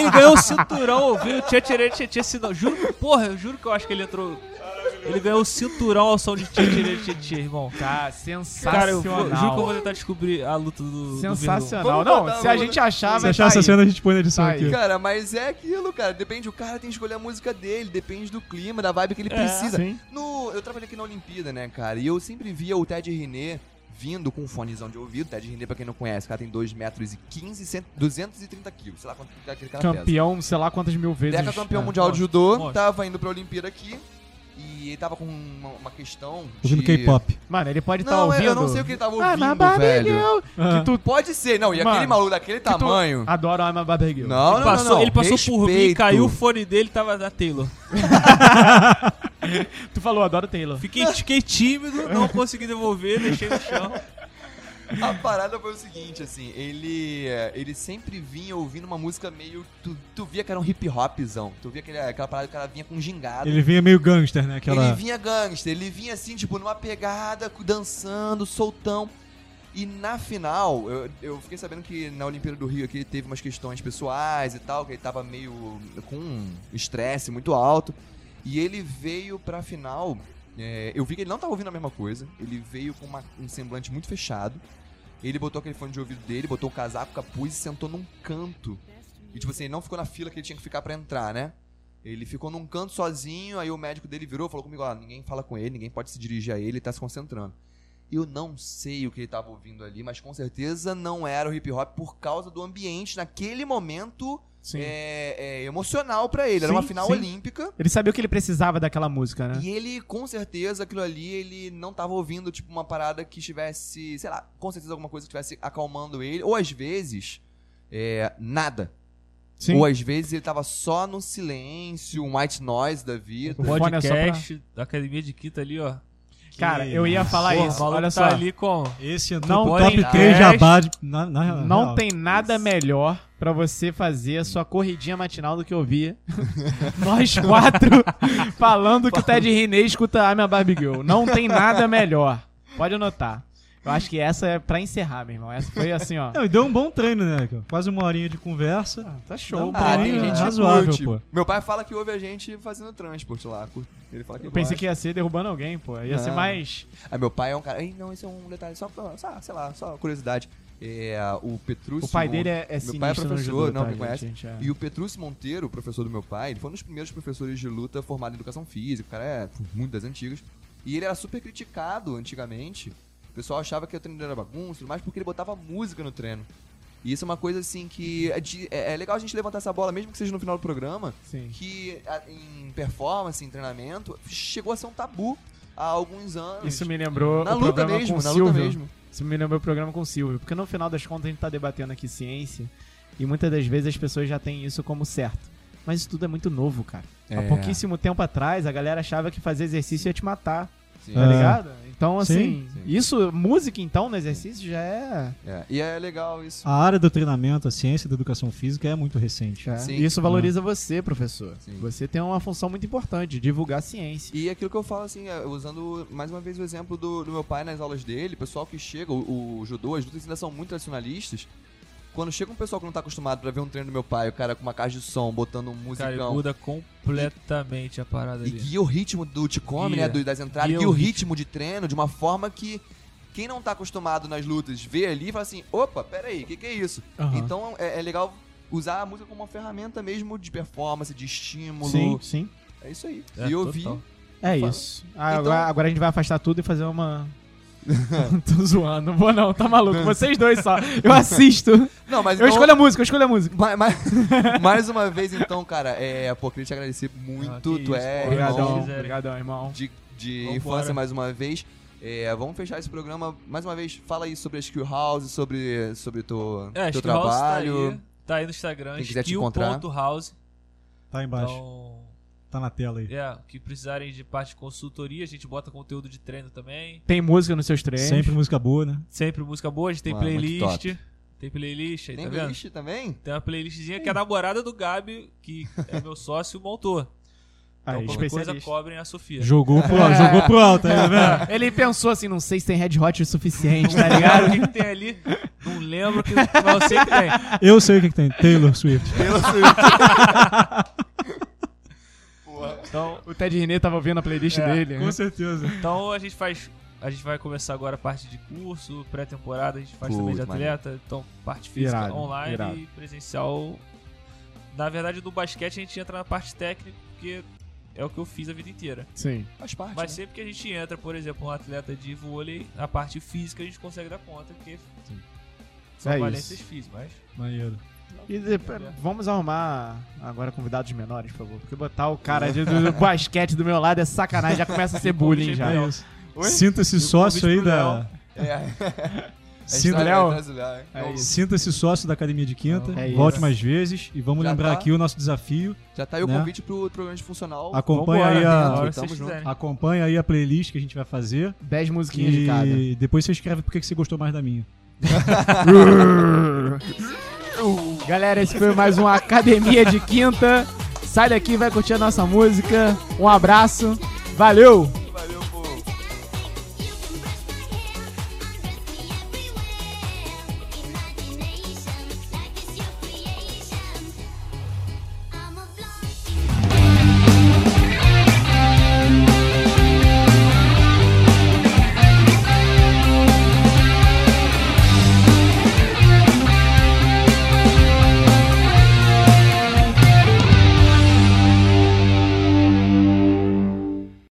Speaker 4: ele ganhou o cinturão, ouviu? Tia tirei, tia tia sinal. Juro, porra, eu juro que eu acho que ele entrou. Ele ganhou o cinturão ao som de tia tirei, tia tia, irmão.
Speaker 1: Cara,
Speaker 4: Cara, eu
Speaker 1: Tá, sensacional.
Speaker 4: vou- juro que eu vou tentar descobrir a luta do. do Verdun.
Speaker 1: Sensacional.
Speaker 3: Vamos
Speaker 1: Não,
Speaker 3: botar
Speaker 1: se a
Speaker 3: o-
Speaker 1: gente achar,
Speaker 2: Se
Speaker 1: vai
Speaker 2: achar
Speaker 1: tá
Speaker 3: é
Speaker 2: essa
Speaker 1: aí.
Speaker 2: cena, a gente põe na edição
Speaker 1: Tá aí.
Speaker 2: aqui.
Speaker 3: Cara, mas é aquilo, cara. Depende, o cara tem que escolher a música dele, depende do clima, da vibe que ele precisa.
Speaker 1: É, sim.
Speaker 3: No, eu trabalhei aqui na Olimpíada, né, cara? E eu sempre via o Ted René vindo com um fonezão de ouvido. Ted René, pra quem não conhece, o cara tem 2 metros e 15, cento- 230 quilos. Sei lá quanto que aquele cara pesa.
Speaker 1: Campeão, sei lá quantas mil vezes.
Speaker 3: Deca campeão
Speaker 1: É.
Speaker 3: mundial de judô,
Speaker 4: mostra.
Speaker 3: tava indo pra Olimpíada aqui. E ele tava com uma, uma questão.
Speaker 2: Ouvindo
Speaker 3: de...
Speaker 2: K-pop.
Speaker 1: Mano, ele pode estar
Speaker 3: Não, é,
Speaker 1: ouvindo.
Speaker 3: eu não sei o que ele tava
Speaker 1: Ah,
Speaker 3: ouvindo,
Speaker 1: na
Speaker 3: velho. Ah.
Speaker 1: barbegueu.
Speaker 2: Aham.
Speaker 1: Que tu
Speaker 3: Pode ser, não. E
Speaker 1: Mano, Ah,
Speaker 3: aquele maluco daquele tamanho.
Speaker 1: adora o I'm a barbegueu.
Speaker 3: Não, não, não,
Speaker 4: Passou-
Speaker 3: não.
Speaker 4: ele passou por mim,
Speaker 3: Respeito.
Speaker 4: caiu o fone dele tava da Taylor.
Speaker 1: Tu falou, adoro o Taylor.
Speaker 4: Fiquei, fiquei tímido, não consegui devolver, deixei no chão.
Speaker 3: A parada foi o seguinte, assim, ele é, ele sempre vinha ouvindo uma música meio. Tu, tu via que era um hip hopzão. Tu via aquele, aquela parada que o cara vinha com um gingado.
Speaker 2: Ele vinha meio gangster, né? Aquela...
Speaker 3: Ele vinha gangster, ele vinha assim, tipo, numa pegada, cu- dançando, soltão. E na final, eu, eu fiquei sabendo que na Olimpíada do Rio aqui ele teve umas questões pessoais e tal, que ele tava meio com um estresse muito alto. E ele veio pra final. é, eu vi que ele não tava ouvindo a mesma coisa. Ele veio com uma- um semblante muito fechado. Ele botou aquele fone de ouvido dele, botou o casaco, capuz e sentou num canto. E tipo assim, ele não ficou na fila que ele tinha que ficar pra entrar, né? Ele ficou num canto sozinho, aí o médico dele virou e falou comigo, ó, ninguém fala com ele, ninguém pode se dirigir a ele, ele tá se concentrando. Eu não sei o que ele tava ouvindo ali, mas com certeza não era o hip hop por causa do ambiente naquele momento é, é, emocional pra ele. Era
Speaker 1: Sim,
Speaker 3: uma final
Speaker 1: sim.
Speaker 3: olímpica.
Speaker 1: Ele sabia o que ele precisava daquela música, né?
Speaker 3: E ele, com certeza, aquilo ali, ele não tava ouvindo, tipo, uma parada que estivesse, sei lá, com certeza alguma coisa que estivesse acalmando ele. Ou às vezes, é, nada.
Speaker 1: Sim.
Speaker 3: Ou às vezes ele tava só no silêncio, um white noise da vida.
Speaker 1: O fone é só pra-
Speaker 4: Podcast da Academia de Quinta ali, ó.
Speaker 1: Cara, eu ia falar
Speaker 4: Porra, o
Speaker 1: isso.
Speaker 4: maluco
Speaker 3: é
Speaker 1: Olha
Speaker 4: tá
Speaker 1: só.
Speaker 4: ali com.
Speaker 2: Esse
Speaker 1: Não
Speaker 2: entrou pro
Speaker 4: tem
Speaker 2: top 3
Speaker 4: teste.
Speaker 2: jabá de... na, na- na
Speaker 1: Não
Speaker 2: real.
Speaker 1: tem nada melhor pra você fazer a sua corridinha matinal do que ouvir nós quatro falando que o Ted René escuta a minha Barbie Girl. Não tem nada melhor. Pode anotar. Eu acho que essa é pra encerrar, meu irmão. Essa foi assim, ó.
Speaker 2: Não, e deu um bom treino, né? cara? Quase uma horinha de conversa.
Speaker 1: Tá show,
Speaker 2: Não,
Speaker 1: pô.
Speaker 2: Ah,
Speaker 3: Ah, tem
Speaker 2: tem é
Speaker 3: gente
Speaker 2: gente que razoável, curte. pô.
Speaker 3: Meu pai fala que ouve a gente fazendo transporte lá. curte- Ele fala que
Speaker 1: Eu pensei
Speaker 3: gosta.
Speaker 1: que ia ser derrubando alguém, pô. Ia ser
Speaker 3: Não.
Speaker 1: mais.
Speaker 3: Ah, meu pai é um cara. Ei, não, esse é um detalhe, só, pra- só sei lá, só curiosidade. É, o Petrúcio.
Speaker 1: O pai dele é, é
Speaker 3: Meu pai é
Speaker 1: sinistro no
Speaker 3: professor,
Speaker 1: judô, tá,
Speaker 3: não, me
Speaker 1: gente?
Speaker 3: conhece.
Speaker 1: Gente, é.
Speaker 3: E o Petrúcio Monteiro, professor do meu pai, ele foi um dos primeiros professores de luta formado em educação física, o cara é pô, muito das antigas. E ele era super criticado antigamente. O pessoal achava que o treino dele era bagunça e tudo mais, porque ele botava música no treino. E isso é uma coisa assim que. É, de- é- é legal a gente levantar essa bola, mesmo que seja no final do programa,
Speaker 1: Sim.
Speaker 3: que a- em performance, em treinamento, chegou a ser um tabu há alguns anos.
Speaker 1: Isso me lembrou
Speaker 3: na
Speaker 1: o
Speaker 3: luta
Speaker 1: programa
Speaker 3: mesmo,
Speaker 1: com o
Speaker 3: na
Speaker 1: Silvio.
Speaker 3: luta mesmo.
Speaker 1: Isso me lembrou o programa com o Silvio. Porque no final das contas a gente tá debatendo aqui ciência e muitas das vezes as pessoas já têm isso como certo. Mas isso tudo é muito novo, cara. Há
Speaker 3: É.
Speaker 1: pouquíssimo tempo atrás a galera achava que fazer exercício ia te matar,
Speaker 3: Sim.
Speaker 1: tá
Speaker 2: É.
Speaker 1: ligado? Então, assim,
Speaker 2: Sim.
Speaker 3: Sim.
Speaker 1: isso, música então no exercício já é.
Speaker 3: É, E é legal isso.
Speaker 2: A área do treinamento, a ciência da educação física é muito recente.
Speaker 1: é.
Speaker 3: Sim.
Speaker 1: E isso valoriza você, professor.
Speaker 3: Sim.
Speaker 1: Você tem uma função muito importante, divulgar a ciência.
Speaker 3: E aquilo que eu falo, assim, é, usando mais uma vez o exemplo do, do meu pai nas aulas dele, o pessoal que chega, o, o judô, as lutas ainda são muito tradicionalistas. Quando chega um pessoal que não tá acostumado pra ver um treino do meu pai, o cara com uma caixa de som, botando um
Speaker 4: Cara, ele
Speaker 3: musicão.
Speaker 4: muda completamente a parada
Speaker 3: e
Speaker 4: ali.
Speaker 3: guia o ritmo do Ticome, né?
Speaker 4: Guia.
Speaker 3: do- das entradas,
Speaker 4: Guia
Speaker 3: guia,
Speaker 4: o
Speaker 3: o ritmo de treino de uma forma que quem não tá acostumado nas lutas vê ali e fala assim: opa, peraí, o que, que é isso?
Speaker 1: Aham.
Speaker 3: Então é, é legal usar a música como uma ferramenta mesmo de performance, de estímulo.
Speaker 1: Sim, sim.
Speaker 3: É isso aí.
Speaker 4: É,
Speaker 3: e eu vi
Speaker 4: total.
Speaker 1: É
Speaker 3: Fala.
Speaker 1: isso. Ah,
Speaker 3: Então-
Speaker 1: agora, agora a gente vai afastar tudo e fazer uma Tô zoando, não vou não, tá maluco. Vocês dois só. Eu assisto.
Speaker 3: Não, mas
Speaker 1: Eu
Speaker 3: então-
Speaker 1: escolho a música, eu escolho a música.
Speaker 3: Ma- ma- mais uma vez, então, cara, é, pô, queria te agradecer muito,
Speaker 4: Ah, que
Speaker 3: tu
Speaker 4: isso,
Speaker 3: é
Speaker 4: pô.
Speaker 3: irmão
Speaker 1: Obrigadão,
Speaker 4: quiserem.
Speaker 1: obrigadão, irmão.
Speaker 3: de, de
Speaker 4: Vambora.
Speaker 3: infância mais uma vez. É, vamos fechar esse programa mais uma vez. Fala aí sobre a Skill House, sobre, sobre teu,
Speaker 4: É,
Speaker 3: teu
Speaker 4: Skill House tá aí,
Speaker 3: trabalho.
Speaker 4: tá aí no Instagram,
Speaker 3: Quem quiser te encontrar.
Speaker 4: skill.house.
Speaker 2: Tá aí embaixo.
Speaker 4: Então,
Speaker 2: Tá na tela aí.
Speaker 4: é, o que precisarem de parte de consultoria, a gente bota conteúdo de treino também.
Speaker 1: Tem música nos seus treinos.
Speaker 2: Sempre música boa, né?
Speaker 4: Sempre música boa, a gente tem
Speaker 3: Mano, muito
Speaker 4: playlist.
Speaker 3: top.
Speaker 4: Tem playlist aí,
Speaker 3: Tem
Speaker 4: tá vendo?
Speaker 3: playlist também?
Speaker 4: Tem uma playlistzinha que a namorada do Gabi, que é meu sócio, montou.
Speaker 1: Aí,
Speaker 4: Então, qualquer
Speaker 1: Ah, especialista.
Speaker 4: coisa, cobrem a Sofia.
Speaker 2: Jogou pro, jogou pro alto, aí, tá vendo?
Speaker 1: Ele pensou assim, não sei se tem Red Hot o suficiente, tá ligado?
Speaker 4: o que, que tem ali? Não lembro, que, mas eu sei que tem.
Speaker 2: Eu sei o que, que tem. Taylor Swift.
Speaker 1: Então, o Ted René tava ouvindo a playlist dele. né?
Speaker 2: certeza.
Speaker 4: Então a gente faz. A gente vai começar agora a parte de curso, pré-temporada, a gente faz
Speaker 3: Puta,
Speaker 4: também de
Speaker 3: maneiro.
Speaker 4: atleta, então parte física
Speaker 1: Irado,
Speaker 4: online
Speaker 1: irado.
Speaker 4: e presencial. Na verdade, do basquete a gente entra na parte técnica, porque é o que eu fiz a vida inteira.
Speaker 1: Sim.
Speaker 3: Faz parte.
Speaker 4: Mas
Speaker 3: né?
Speaker 4: sempre que a gente entra, por exemplo, um atleta de vôlei, a parte física a gente consegue dar conta, porque são
Speaker 1: É
Speaker 4: valências
Speaker 1: isso.
Speaker 4: físicas, mas.
Speaker 2: Maneiro.
Speaker 1: E depois, vamos arrumar agora convidados menores, por favor. Porque botar o cara de- do, do basquete do meu lado é sacanagem, já começa a ser bullying já.
Speaker 2: É isso.
Speaker 3: Oi?
Speaker 2: Sinta-se sócio aí da.
Speaker 3: É.
Speaker 2: Sinta-
Speaker 3: É
Speaker 1: Léo?
Speaker 3: brasileiro, é.
Speaker 1: É isso.
Speaker 2: Sinta-se sócio da Academia de Quinta.
Speaker 1: É isso.
Speaker 2: Volte mais vezes. E vamos
Speaker 3: Já
Speaker 2: lembrar
Speaker 3: tá?
Speaker 2: aqui o nosso desafio.
Speaker 3: Já tá aí o
Speaker 2: Né?
Speaker 3: convite pro programa de funcional.
Speaker 2: Acompanha aí
Speaker 4: Vambora,
Speaker 2: a.
Speaker 4: tem hora que
Speaker 3: tamo
Speaker 4: vocês
Speaker 3: junto.
Speaker 4: quiserem.
Speaker 2: Acompanha aí a playlist que a gente vai fazer.
Speaker 1: 10 musiquinhas de cada.
Speaker 2: E depois você escreve porque que você gostou mais da minha.
Speaker 1: Galera, esse foi mais um Academia de Quinta. Sai daqui, vai curtir a nossa música. Um abraço. Valeu!